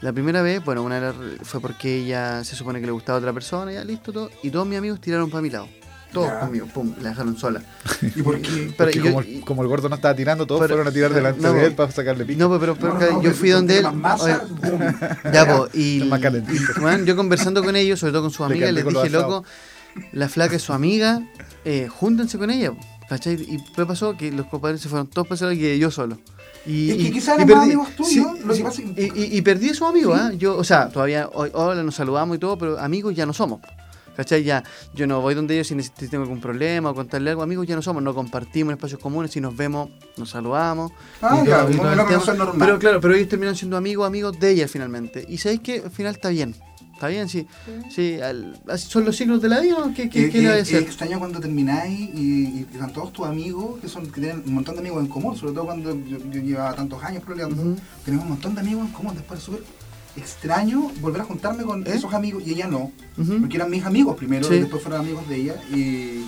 [SPEAKER 1] la primera vez, bueno, una era- fue porque ella se supone que le gustaba a otra persona, ya listo, todo, y todos mis amigos tiraron para mi lado. Todos
[SPEAKER 2] Ya.
[SPEAKER 1] conmigo, pum, la dejaron sola.
[SPEAKER 2] ¿Y por qué?
[SPEAKER 1] Pero
[SPEAKER 3] Porque
[SPEAKER 1] yo-
[SPEAKER 3] como, el- como el gordo no estaba tirando, todos
[SPEAKER 1] pero-
[SPEAKER 3] fueron a tirar delante
[SPEAKER 1] no,
[SPEAKER 3] de él
[SPEAKER 1] po.
[SPEAKER 3] para sacarle pico.
[SPEAKER 1] No, pero, pero
[SPEAKER 2] No,
[SPEAKER 1] que
[SPEAKER 2] no,
[SPEAKER 1] yo
[SPEAKER 2] porque
[SPEAKER 1] fui
[SPEAKER 2] tú
[SPEAKER 1] donde él.
[SPEAKER 2] tienes más masa,
[SPEAKER 1] oye,
[SPEAKER 2] boom.
[SPEAKER 1] Ya, po, y,
[SPEAKER 3] Está más calentito.
[SPEAKER 1] y, man, yo conversando con ellos, sobre todo con sus
[SPEAKER 3] Le
[SPEAKER 1] amigas,
[SPEAKER 3] canté
[SPEAKER 1] les
[SPEAKER 3] con los
[SPEAKER 1] dije,
[SPEAKER 3] asados.
[SPEAKER 1] loco, la flaca es su amiga, eh, júntense con ella, po, ¿cachai? Y qué pasó que los compadres se fueron todos para ese lado y quedé yo solo. Y,
[SPEAKER 2] Es que
[SPEAKER 1] y-
[SPEAKER 2] quizás
[SPEAKER 1] y
[SPEAKER 2] eran más amigos tuyos,
[SPEAKER 1] sí,
[SPEAKER 2] lo que
[SPEAKER 1] sí,
[SPEAKER 2] pasa es que-
[SPEAKER 1] y, y- y perdí a esos amigos, ¿ah? Yo, o sea, todavía hoy, hola, nos saludamos y todo, pero amigos ya no somos. ¿Cachai? Ya, yo no voy donde ellos si neces- si tengo algún problema o contarle algo. Amigos ya no somos, no compartimos espacios comunes. Si nos vemos, nos saludamos.
[SPEAKER 2] Ah,
[SPEAKER 1] Y
[SPEAKER 2] ya,
[SPEAKER 1] todo- y
[SPEAKER 2] como
[SPEAKER 1] todo
[SPEAKER 2] una
[SPEAKER 1] el tema.
[SPEAKER 2] relación normal.
[SPEAKER 1] Pero claro, pero ellos terminan siendo amigos, amigos de ella finalmente. Y sabéis que al final está bien. Está bien, sí. sí al- así son los signos de la vida. ¿no? ¿Qué, qué,
[SPEAKER 2] Eh,
[SPEAKER 1] qué le va a
[SPEAKER 2] eh,
[SPEAKER 1] decir?
[SPEAKER 2] Es extraño cuando termináis y, y están todos tus amigos, que, son, que tienen un montón de amigos en común, sobre todo cuando yo, yo llevaba tantos años peleando,
[SPEAKER 1] Ujú.
[SPEAKER 2] tenemos un montón de amigos en común, después es súper extraño volver a juntarme con
[SPEAKER 1] ¿Eh?
[SPEAKER 2] esos amigos y ella no,
[SPEAKER 1] Ujú.
[SPEAKER 2] porque eran mis amigos primero,
[SPEAKER 1] Sí.
[SPEAKER 2] y después fueron amigos de ella y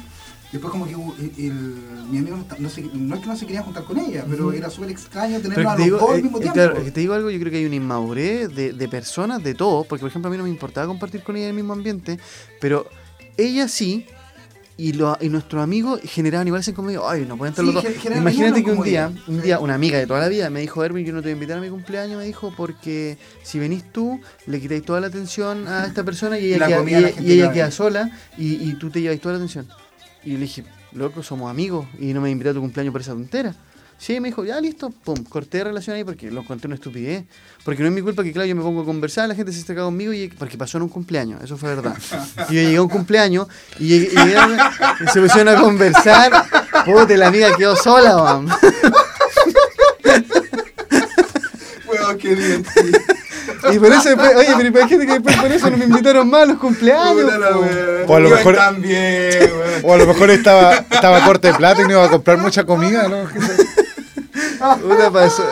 [SPEAKER 2] después como que hubo- el, el- mi amigo no, está- no se- no es que no se quería juntar con ella, pero
[SPEAKER 1] Ujú.
[SPEAKER 2] era súper extraño
[SPEAKER 1] Pero que
[SPEAKER 2] tenerlos a
[SPEAKER 1] te
[SPEAKER 2] los
[SPEAKER 1] digo,
[SPEAKER 2] dos
[SPEAKER 1] eh,
[SPEAKER 2] al mismo
[SPEAKER 1] eh,
[SPEAKER 2] tiempo.
[SPEAKER 1] claro, que te digo algo, yo creo que hay una inmadurez de, de personas, de todo, porque por ejemplo a mí no me importaba compartir con ella en el mismo ambiente, pero ella sí, y, lo, y nuestros amigos generaban igual ese conmigo, ay, no pueden estar
[SPEAKER 2] Sí,
[SPEAKER 1] los dos.
[SPEAKER 2] gen- generan
[SPEAKER 1] Imagínate
[SPEAKER 2] menos
[SPEAKER 1] que un
[SPEAKER 2] como
[SPEAKER 1] día,
[SPEAKER 2] ella.
[SPEAKER 1] un
[SPEAKER 2] Sí.
[SPEAKER 1] día, una amiga de toda la vida me dijo, Erwin, yo no te voy a invitar a mi cumpleaños, me dijo, porque si venís tú, le quitáis toda la atención a esta persona y
[SPEAKER 2] Y
[SPEAKER 1] ella,
[SPEAKER 2] la
[SPEAKER 1] queda,
[SPEAKER 2] comida la
[SPEAKER 1] y-
[SPEAKER 2] gente
[SPEAKER 1] y ella
[SPEAKER 2] la ve.
[SPEAKER 1] queda sola y, y tú te llevas toda la atención. Y yo le dije, loco, somos amigos y no me invitaste a tu cumpleaños por esa tontera. Sí, me dijo, ya listo, pum, corté relación ahí porque lo encontré una estupidez. Porque no es mi culpa que, claro, yo me pongo a conversar, la gente se está conmigo y porque pasó en un cumpleaños, eso fue verdad. Y yo llegué a un cumpleaños y, llegué- y llegaron- y se pusieron a conversar, puta, y la amiga quedó sola, mam.
[SPEAKER 2] Weón, qué divertido.
[SPEAKER 1] Y por eso, después- oye, pero imagínate que después por eso no me invitaron más a los cumpleaños.
[SPEAKER 2] Puta la
[SPEAKER 1] po.
[SPEAKER 2] weá.
[SPEAKER 3] O a lo
[SPEAKER 2] Yo
[SPEAKER 3] mejor-
[SPEAKER 2] también, weón.
[SPEAKER 3] O a lo mejor estaba, estaba corte de plata y no iba a comprar mucha comida, ¿no?
[SPEAKER 1] Puta, pasó,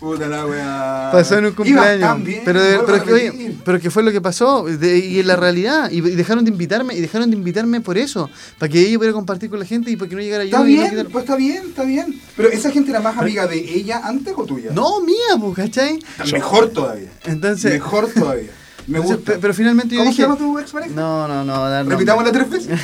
[SPEAKER 2] Puta la weá.
[SPEAKER 1] pasó en un
[SPEAKER 2] Ibas
[SPEAKER 1] cumpleaños.
[SPEAKER 2] tan bien,
[SPEAKER 1] Pero, de-
[SPEAKER 2] vuelvo
[SPEAKER 1] pero,
[SPEAKER 2] a
[SPEAKER 1] es que, oye,
[SPEAKER 2] repetir.
[SPEAKER 1] pero que fue lo que pasó de- y en la realidad. Y, y dejaron de invitarme y dejaron de invitarme por eso. Para que ella pudiera compartir con la gente y para que no llegara yo.
[SPEAKER 2] Está
[SPEAKER 1] y no
[SPEAKER 2] bien,
[SPEAKER 1] quedara-
[SPEAKER 2] pues está bien, está bien. Pero esa gente era más amiga de ella antes o tuya.
[SPEAKER 1] No, mía, pues, ¿cachai?
[SPEAKER 2] Mejor todavía.
[SPEAKER 1] Entonces,
[SPEAKER 2] Mejor todavía. Me
[SPEAKER 1] Entonces,
[SPEAKER 2] gusta.
[SPEAKER 1] pe- pero finalmente yo
[SPEAKER 2] ¿Cómo
[SPEAKER 1] dije.
[SPEAKER 2] se llama tu expareja?
[SPEAKER 1] No, no, no. dar nombre.
[SPEAKER 2] Repitámosla tres veces.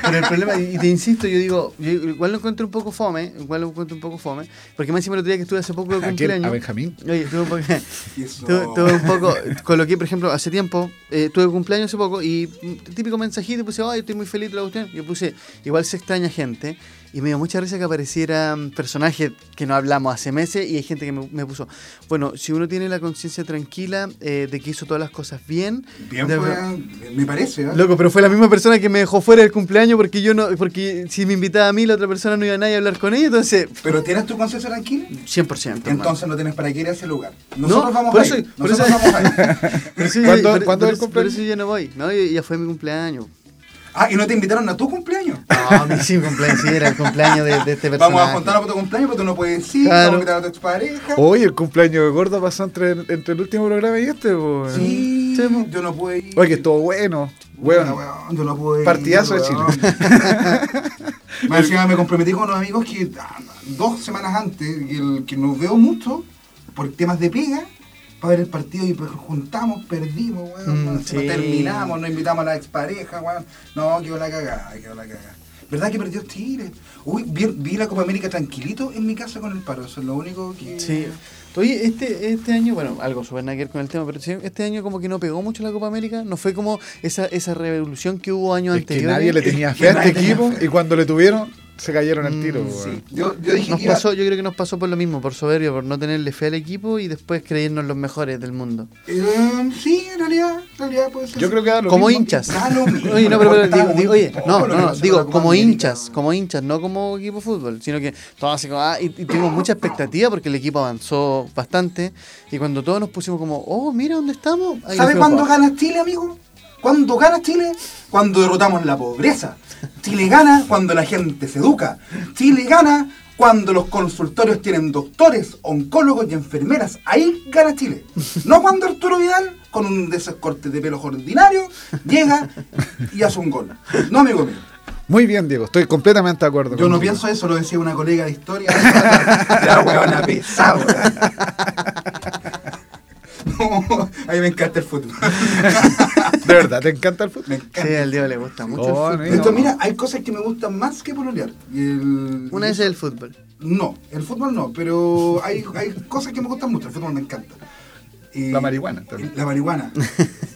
[SPEAKER 1] Pero el problema, y y te insisto, yo digo, yo igual lo encuentro un poco fome, igual lo encuentro un poco fome, porque más encima el otro día que estuve hace poco de
[SPEAKER 3] ¿A quién? ¿A
[SPEAKER 1] cumpleaños.
[SPEAKER 3] Benjamín?
[SPEAKER 1] Oye, tuve un poco.
[SPEAKER 2] Eso.
[SPEAKER 1] Tuve, tuve un poco, coloqué, por ejemplo, hace tiempo, eh, tuve cumpleaños hace poco y mm, típico mensajito, puse, ay, estoy muy feliz de la cuestión. Yo puse, igual se extraña gente. Y me dio mucha risa que aparecieran personajes que no hablamos hace meses y hay gente que me, me puso, bueno, si uno tiene la conciencia tranquila eh, de que hizo todas las cosas bien.
[SPEAKER 2] Bien,
[SPEAKER 1] de-
[SPEAKER 2] pues, me parece. ¿eh?
[SPEAKER 1] Loco, pero fue la misma persona que me dejó fuera del cumpleaños porque yo no, porque si me invitaba a mí la otra persona no iba a nadie a hablar con ella, entonces,
[SPEAKER 2] Pero tienes tu conciencia tranquila.
[SPEAKER 1] 100%. hermano.
[SPEAKER 2] Entonces no tienes para qué ir a ese lugar. Nosotros vamos
[SPEAKER 1] por
[SPEAKER 2] a
[SPEAKER 1] eso-
[SPEAKER 2] ir.
[SPEAKER 1] por
[SPEAKER 2] Nosotros
[SPEAKER 1] eso-
[SPEAKER 2] vamos a ir.
[SPEAKER 1] Por eso yo-
[SPEAKER 3] ¿Cuándo-
[SPEAKER 1] por-
[SPEAKER 3] cuándo
[SPEAKER 1] por
[SPEAKER 3] es el
[SPEAKER 1] eso-
[SPEAKER 3] cumpleaños?
[SPEAKER 1] Por eso yo no voy, ¿no? Y- Ya fue mi cumpleaños.
[SPEAKER 2] Ah, y no te invitaron a tu cumpleaños.
[SPEAKER 1] No, mi sí, mi cumpleaños, sí, era el cumpleaños de, de este personaje.
[SPEAKER 2] Vamos a juntarnos para tu cumpleaños, pero tú no puedes ir.
[SPEAKER 1] Claro.
[SPEAKER 2] Vamos a invitar a tu expareja.
[SPEAKER 3] Oye, el cumpleaños de Gordo pasó entre, entre el último programa y este, pues.
[SPEAKER 2] Sí,
[SPEAKER 1] Sí, po.
[SPEAKER 2] yo no pude ir.
[SPEAKER 3] Oye, que estuvo bueno.
[SPEAKER 2] Bueno,
[SPEAKER 3] Bueno,
[SPEAKER 2] yo no pude ir,
[SPEAKER 3] Partidazo de
[SPEAKER 2] weón. Más encima me comprometí con unos amigos que ah, dos semanas antes, que, el- que nos veo mucho, por temas de pega, para ver el partido y pues juntamos, perdimos, weón.
[SPEAKER 1] Mm,
[SPEAKER 2] weón, se
[SPEAKER 1] sí.
[SPEAKER 2] nos terminamos, nos invitamos a la expareja, weón. No, quedó la cagada, quedó la cagada. ¿Verdad que perdió Chile? Uy, vi, vi la Copa América tranquilito en mi casa con el paro, eso es lo único que...
[SPEAKER 1] Sí. Oye, este, este año, bueno, algo súper nada que ver con el tema, pero sí, este año como que no pegó mucho la Copa América, no fue como esa, esa revolución que hubo años
[SPEAKER 3] es que
[SPEAKER 1] anteriores.
[SPEAKER 3] nadie le tenía fe a este
[SPEAKER 2] eh, nadie tenía
[SPEAKER 3] equipo
[SPEAKER 2] fe.
[SPEAKER 3] y cuando le tuvieron, se cayeron al
[SPEAKER 1] Mm,
[SPEAKER 3] tiro,
[SPEAKER 1] sí.
[SPEAKER 3] weón.
[SPEAKER 2] Yo, yo dije
[SPEAKER 1] Nos
[SPEAKER 2] que iba-
[SPEAKER 1] pasó, yo creo que nos pasó por lo mismo, por soberbia, por no tenerle fe al equipo y después creernos los mejores del mundo.
[SPEAKER 2] Eh, sí, en realidad, en realidad puede ser.
[SPEAKER 3] Yo creo que da lo
[SPEAKER 1] Como
[SPEAKER 3] mismo.
[SPEAKER 1] hinchas.
[SPEAKER 2] Da lo mismo.
[SPEAKER 1] Oye, no, pero, pero
[SPEAKER 2] Da
[SPEAKER 1] digo,
[SPEAKER 2] muy
[SPEAKER 1] digo- oye,
[SPEAKER 2] poco
[SPEAKER 1] no,
[SPEAKER 2] lo
[SPEAKER 1] no,
[SPEAKER 2] que
[SPEAKER 1] no,
[SPEAKER 2] pasa con la
[SPEAKER 1] digo,
[SPEAKER 2] Copa
[SPEAKER 1] como
[SPEAKER 2] América,
[SPEAKER 1] hinchas,
[SPEAKER 2] weón.
[SPEAKER 1] como hinchas, no como equipo de fútbol, sino que todos así como, ah, y, y tuvimos mucha expectativa porque el equipo avanzó bastante y cuando todos nos pusimos como, oh, mira dónde estamos. ahí nos
[SPEAKER 2] ¿Sabe
[SPEAKER 1] fuimos
[SPEAKER 2] cuándo
[SPEAKER 1] para abajo.
[SPEAKER 2] gana Chile, amigo? ¿Cuándo gana Chile? Cuando derrotamos la pobreza. Chile gana cuando la gente se educa. Chile gana cuando los consultorios tienen doctores, oncólogos y enfermeras. Ahí gana Chile. No cuando Arturo Vidal, con un de esos cortes de pelos ordinarios, llega y hace un gol. No, amigo mío.
[SPEAKER 3] Muy bien, Diego, estoy completamente de acuerdo.
[SPEAKER 2] Yo no
[SPEAKER 3] contigo.
[SPEAKER 2] pienso eso, lo decía una colega de historia. La huevona pesada. weón. No, a mí me encanta el fútbol.
[SPEAKER 3] De verdad, ¿te encanta el fútbol?
[SPEAKER 2] Me encanta.
[SPEAKER 1] Sí, al Diego le gusta mucho el
[SPEAKER 3] Oh,
[SPEAKER 1] fútbol.
[SPEAKER 3] mira.
[SPEAKER 2] Entonces, mira, hay cosas que me gustan más que pololear. Y el-
[SPEAKER 1] Una vez es el fútbol.
[SPEAKER 2] No, el fútbol no, pero hay, hay cosas que me gustan mucho. El fútbol me encanta. Eh,
[SPEAKER 3] La marihuana también.
[SPEAKER 2] el- La marihuana.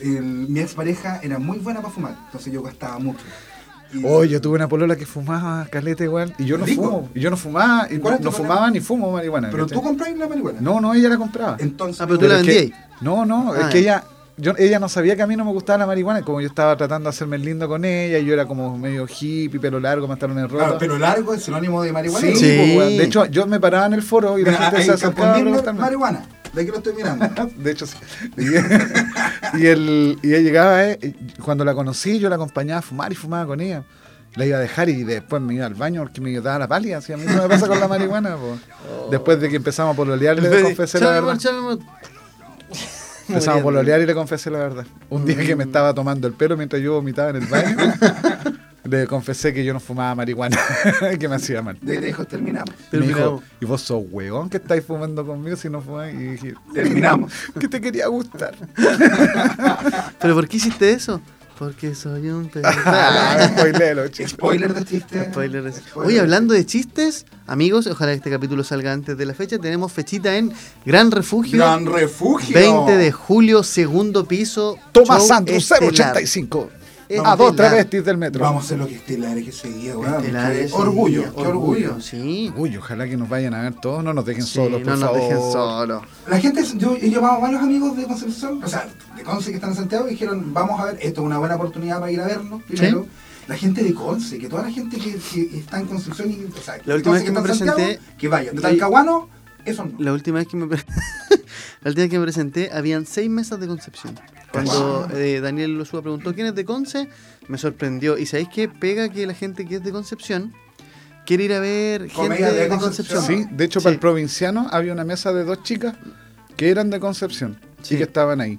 [SPEAKER 2] El- mi expareja era muy buena para fumar, entonces yo gastaba mucho. Y-
[SPEAKER 3] Oh, yo tuve una polola que fumaba caleta igual. Y yo no
[SPEAKER 2] Rico.
[SPEAKER 3] fumo. Y yo no fumaba. Y
[SPEAKER 2] ¿Cuál es tu
[SPEAKER 3] no
[SPEAKER 2] problema?
[SPEAKER 3] fumaba ni fumo marihuana.
[SPEAKER 2] pero
[SPEAKER 3] ¿cachai?
[SPEAKER 2] tú compras la marihuana.
[SPEAKER 3] No, no, ella la compraba.
[SPEAKER 2] Entonces,
[SPEAKER 1] Ah, pero tú la
[SPEAKER 3] es que-
[SPEAKER 1] vendías.
[SPEAKER 3] No, no,
[SPEAKER 1] Ah,
[SPEAKER 3] es que
[SPEAKER 1] ya.
[SPEAKER 3] ella, yo, ella no sabía que a mí no me gustaba la marihuana, como yo estaba tratando de hacerme el lindo con ella, y yo era como medio hippie, pelo largo, pantalones rotos.
[SPEAKER 2] Claro, Ah, pero largo es sinónimo de marihuana.
[SPEAKER 3] sí,
[SPEAKER 1] Sí.
[SPEAKER 3] po, weón. de hecho, yo me paraba en el foro y la
[SPEAKER 2] Mira,
[SPEAKER 3] gente
[SPEAKER 2] ahí
[SPEAKER 3] se
[SPEAKER 2] está
[SPEAKER 3] acercaba a
[SPEAKER 2] poniendo
[SPEAKER 3] preguntarme. ¿Ah?
[SPEAKER 2] marihuana. De aquí lo estoy mirando.
[SPEAKER 3] De hecho, sí. Y, y el, y ella llegaba, eh, y cuando la conocí, yo la acompañaba a fumar y fumaba con ella. La iba a dejar y después me iba al baño porque me daba la pálida. Así a mí no me pasa con la marihuana. po.
[SPEAKER 1] Oh.
[SPEAKER 3] Después de que empezamos a pololear, le confesé la
[SPEAKER 1] Chao, mi
[SPEAKER 3] verdad.
[SPEAKER 1] amor, chao, mi amor.
[SPEAKER 3] Empezamos
[SPEAKER 1] Muriendo.
[SPEAKER 3] a pololear y le confesé la verdad. Un día
[SPEAKER 1] Mm.
[SPEAKER 3] que me estaba tomando el pelo mientras yo vomitaba en el baño, le confesé que yo no fumaba marihuana, que me hacía mal.
[SPEAKER 2] De lejos terminamos.
[SPEAKER 3] Y me dijo,
[SPEAKER 1] Terminamos.
[SPEAKER 3] y vos sos huevón que estáis fumando conmigo si no fumáis. Y dije,
[SPEAKER 2] Terminamos.
[SPEAKER 3] que te quería gustar.
[SPEAKER 1] ¿Pero por qué hiciste eso? Porque soy un pedo.
[SPEAKER 3] Ah, spoiléalo, chicos.
[SPEAKER 2] Spoiler de chiste.
[SPEAKER 1] Spoiler es-
[SPEAKER 2] Spoiler
[SPEAKER 1] Oye,
[SPEAKER 2] de
[SPEAKER 1] hablando de chistes, amigos, ojalá este capítulo salga antes de la fecha. Tenemos fechita en Gran Refugio.
[SPEAKER 2] Gran refugio.
[SPEAKER 1] 20 de julio, segundo piso.
[SPEAKER 3] Tomás
[SPEAKER 1] show
[SPEAKER 3] Sandros,
[SPEAKER 1] estelar.
[SPEAKER 3] 085. A
[SPEAKER 1] Estelar.
[SPEAKER 3] dos travestis del metro.
[SPEAKER 2] Vamos a hacer lo que estelares que seguía, weón.
[SPEAKER 1] Estelares,
[SPEAKER 2] Qué Orgullo,
[SPEAKER 1] sí,
[SPEAKER 2] qué orgullo.
[SPEAKER 1] Sí.
[SPEAKER 3] Uy, ojalá que nos vayan a ver todos. No nos dejen
[SPEAKER 1] Sí,
[SPEAKER 3] solos,
[SPEAKER 1] no
[SPEAKER 3] por
[SPEAKER 1] nos
[SPEAKER 3] favor.
[SPEAKER 1] dejen solos.
[SPEAKER 2] La gente, yo he llamado a varios amigos de Concepción, o sea, de Conce que están en Santiago, y dijeron, vamos a ver, esto es una buena oportunidad para ir a vernos primero. La gente de Conce, que toda la gente que, que está en Concepción y o sea,
[SPEAKER 1] La última vez
[SPEAKER 2] Conce
[SPEAKER 1] que me
[SPEAKER 2] está en Santiago,
[SPEAKER 1] presenté-
[SPEAKER 2] que vayan. De Talcahuano, eso no.
[SPEAKER 1] La última vez que me, pre- la última vez que me presenté, habían seis mesas de Concepción. Cuando eh, Daniel Losúa preguntó quién es de Conce, me sorprendió. ¿Y sabéis qué? Pega que la gente que es de Concepción quiere ir a ver gente
[SPEAKER 2] Comedia de
[SPEAKER 1] de,
[SPEAKER 2] Concepción.
[SPEAKER 1] Concepción.
[SPEAKER 3] Sí, de hecho,
[SPEAKER 1] Sí.
[SPEAKER 3] para el provinciano había una mesa de dos chicas que eran de Concepción
[SPEAKER 1] Sí.
[SPEAKER 3] y que estaban ahí.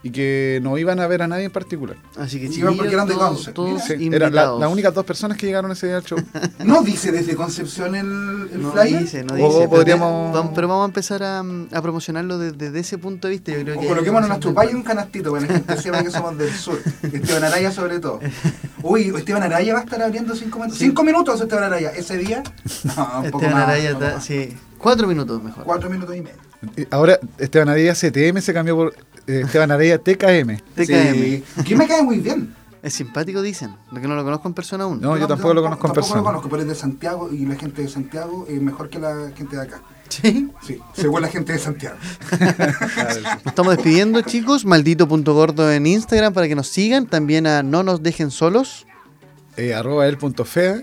[SPEAKER 3] y que no iban a ver a nadie en particular.
[SPEAKER 1] Así que
[SPEAKER 2] Iban
[SPEAKER 1] chicos,
[SPEAKER 2] porque eran de Conce,
[SPEAKER 1] todos
[SPEAKER 3] Sí, eran la-
[SPEAKER 1] invitados.
[SPEAKER 3] las únicas dos personas que llegaron ese día al show.
[SPEAKER 2] ¿No dice desde Concepción el, el
[SPEAKER 1] No
[SPEAKER 2] flyer?
[SPEAKER 1] dice, no
[SPEAKER 3] O
[SPEAKER 1] dice. pero-
[SPEAKER 3] podríamos-
[SPEAKER 1] vam- Pero, vamos a empezar a, mm, a promocionarlo desde, desde ese punto de vista. Yo creo
[SPEAKER 2] O
[SPEAKER 1] que
[SPEAKER 2] coloquémonos en las chupallas y un canastito, para que la gente sepa que somos del sur. Esteban Araya sobre todo. Uy, Esteban Araya va a estar abriendo cinco minutos.
[SPEAKER 1] Sí.
[SPEAKER 2] Cinco minutos Esteban Araya. Ese día, no, un poco
[SPEAKER 1] Esteban
[SPEAKER 2] más,
[SPEAKER 1] Araya
[SPEAKER 2] un poco
[SPEAKER 1] está-
[SPEAKER 2] más.
[SPEAKER 1] sí. Cuatro minutos mejor.
[SPEAKER 2] Cuatro minutos y medio.
[SPEAKER 3] Y Ahora Esteban Arella CTM se cambió por eh, Esteban Arella TKM.
[SPEAKER 1] TKM.
[SPEAKER 2] Sí. Que me cae muy bien.
[SPEAKER 1] Este Es simpático, dicen. Lo que no lo conozco en persona aún.
[SPEAKER 3] No, yo tampoco lo conozco en
[SPEAKER 2] Tampoco
[SPEAKER 3] persona.
[SPEAKER 2] lo conozco, pero es de Santiago y la gente de Santiago es mejor que la gente de acá.
[SPEAKER 1] Sí.
[SPEAKER 2] Sí, según la gente de Santiago.
[SPEAKER 1] Nos estamos despidiendo, chicos. Maldito.gordo en Instagram para que nos sigan. También a No Nos Dejen Solos.
[SPEAKER 3] Eh, arroba el punto fea.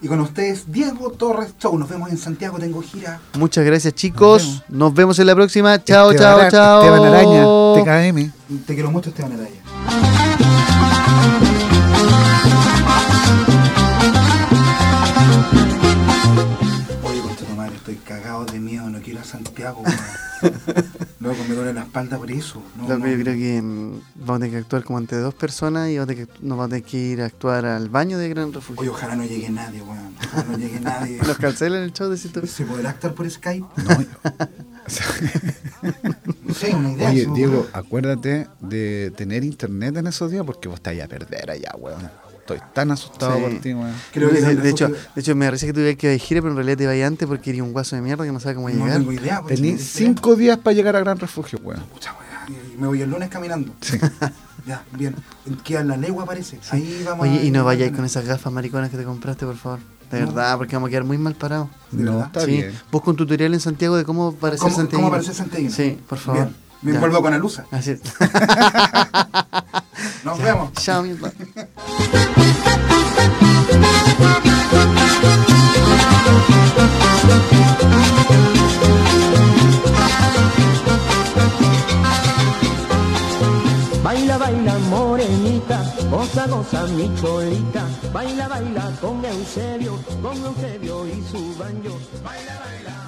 [SPEAKER 2] Y con ustedes, Diego Torres Show. Nos vemos en Santiago, tengo gira.
[SPEAKER 1] Muchas gracias, chicos. Nos vemos, en la próxima. Chao,
[SPEAKER 3] Esteban
[SPEAKER 1] chao,
[SPEAKER 3] Ara-
[SPEAKER 1] chao.
[SPEAKER 3] Esteban Araña, TKM.
[SPEAKER 2] Te quiero mucho, Esteban Araya. Oye, con tu madre, estoy cagado de miedo, no quiero ir a Santiago. weón. Luego me duele la espalda por eso. No,
[SPEAKER 1] Loco,
[SPEAKER 2] no.
[SPEAKER 1] yo creo que mm, vamos a tener que actuar como ante dos personas y vamos a tener que- nos vamos a tener que ir a actuar al baño de Gran Refugio.
[SPEAKER 2] Oye, ojalá no llegue nadie, weón. Ojalá no llegue nadie.
[SPEAKER 1] Nos cancelan el show de Cito.
[SPEAKER 2] ¿Se podrá actuar por Skype?
[SPEAKER 3] No,
[SPEAKER 2] No sé, una idea.
[SPEAKER 3] Oye,
[SPEAKER 2] se me
[SPEAKER 3] Diego,
[SPEAKER 2] ocurre.
[SPEAKER 3] acuérdate de tener internet en esos días porque vos estáis a perder allá, weón. Estoy tan asustado
[SPEAKER 1] Sí.
[SPEAKER 3] por ti, weón.
[SPEAKER 2] Creo que
[SPEAKER 1] de,
[SPEAKER 2] Gran
[SPEAKER 1] de hecho,
[SPEAKER 2] Refugio-
[SPEAKER 1] de hecho, me parece que tuve que ir de gira, pero en realidad te iba a ir antes porque iría un guaso de mierda que no sabe cómo
[SPEAKER 2] No
[SPEAKER 1] llegar.
[SPEAKER 2] tengo idea. pues,
[SPEAKER 3] Tenís
[SPEAKER 2] no sé.
[SPEAKER 3] cinco días para llegar a Gran Refugio, weón.
[SPEAKER 2] Pucha, weón, y me voy el lunes caminando. Ya, bien. Queda en la legua, parece. Ahí vamos
[SPEAKER 1] Oye, y no vayáis
[SPEAKER 2] vayáis
[SPEAKER 1] con esas gafas mariconas que te compraste, por favor. De verdad, porque vamos a quedar muy mal parados.
[SPEAKER 2] ¿De
[SPEAKER 3] No,
[SPEAKER 2] verdad?
[SPEAKER 3] está
[SPEAKER 1] sí.
[SPEAKER 3] bien.
[SPEAKER 1] Busca un tutorial en Santiago de cómo parecer
[SPEAKER 2] ¿Cómo,
[SPEAKER 1] santiaguino.
[SPEAKER 2] ¿Cómo parece Santiago?
[SPEAKER 1] Sí, por favor.
[SPEAKER 2] Bien. Me
[SPEAKER 1] Ya.
[SPEAKER 2] envuelvo con Alusa.
[SPEAKER 1] Así es.
[SPEAKER 2] Nos vemos.
[SPEAKER 1] Chao, mi hermano.
[SPEAKER 4] Baila, baila, morenita, goza, goza, mi cholita. Baila, baila con Eusebio, con Eusebio y su banjo. Baila, baila.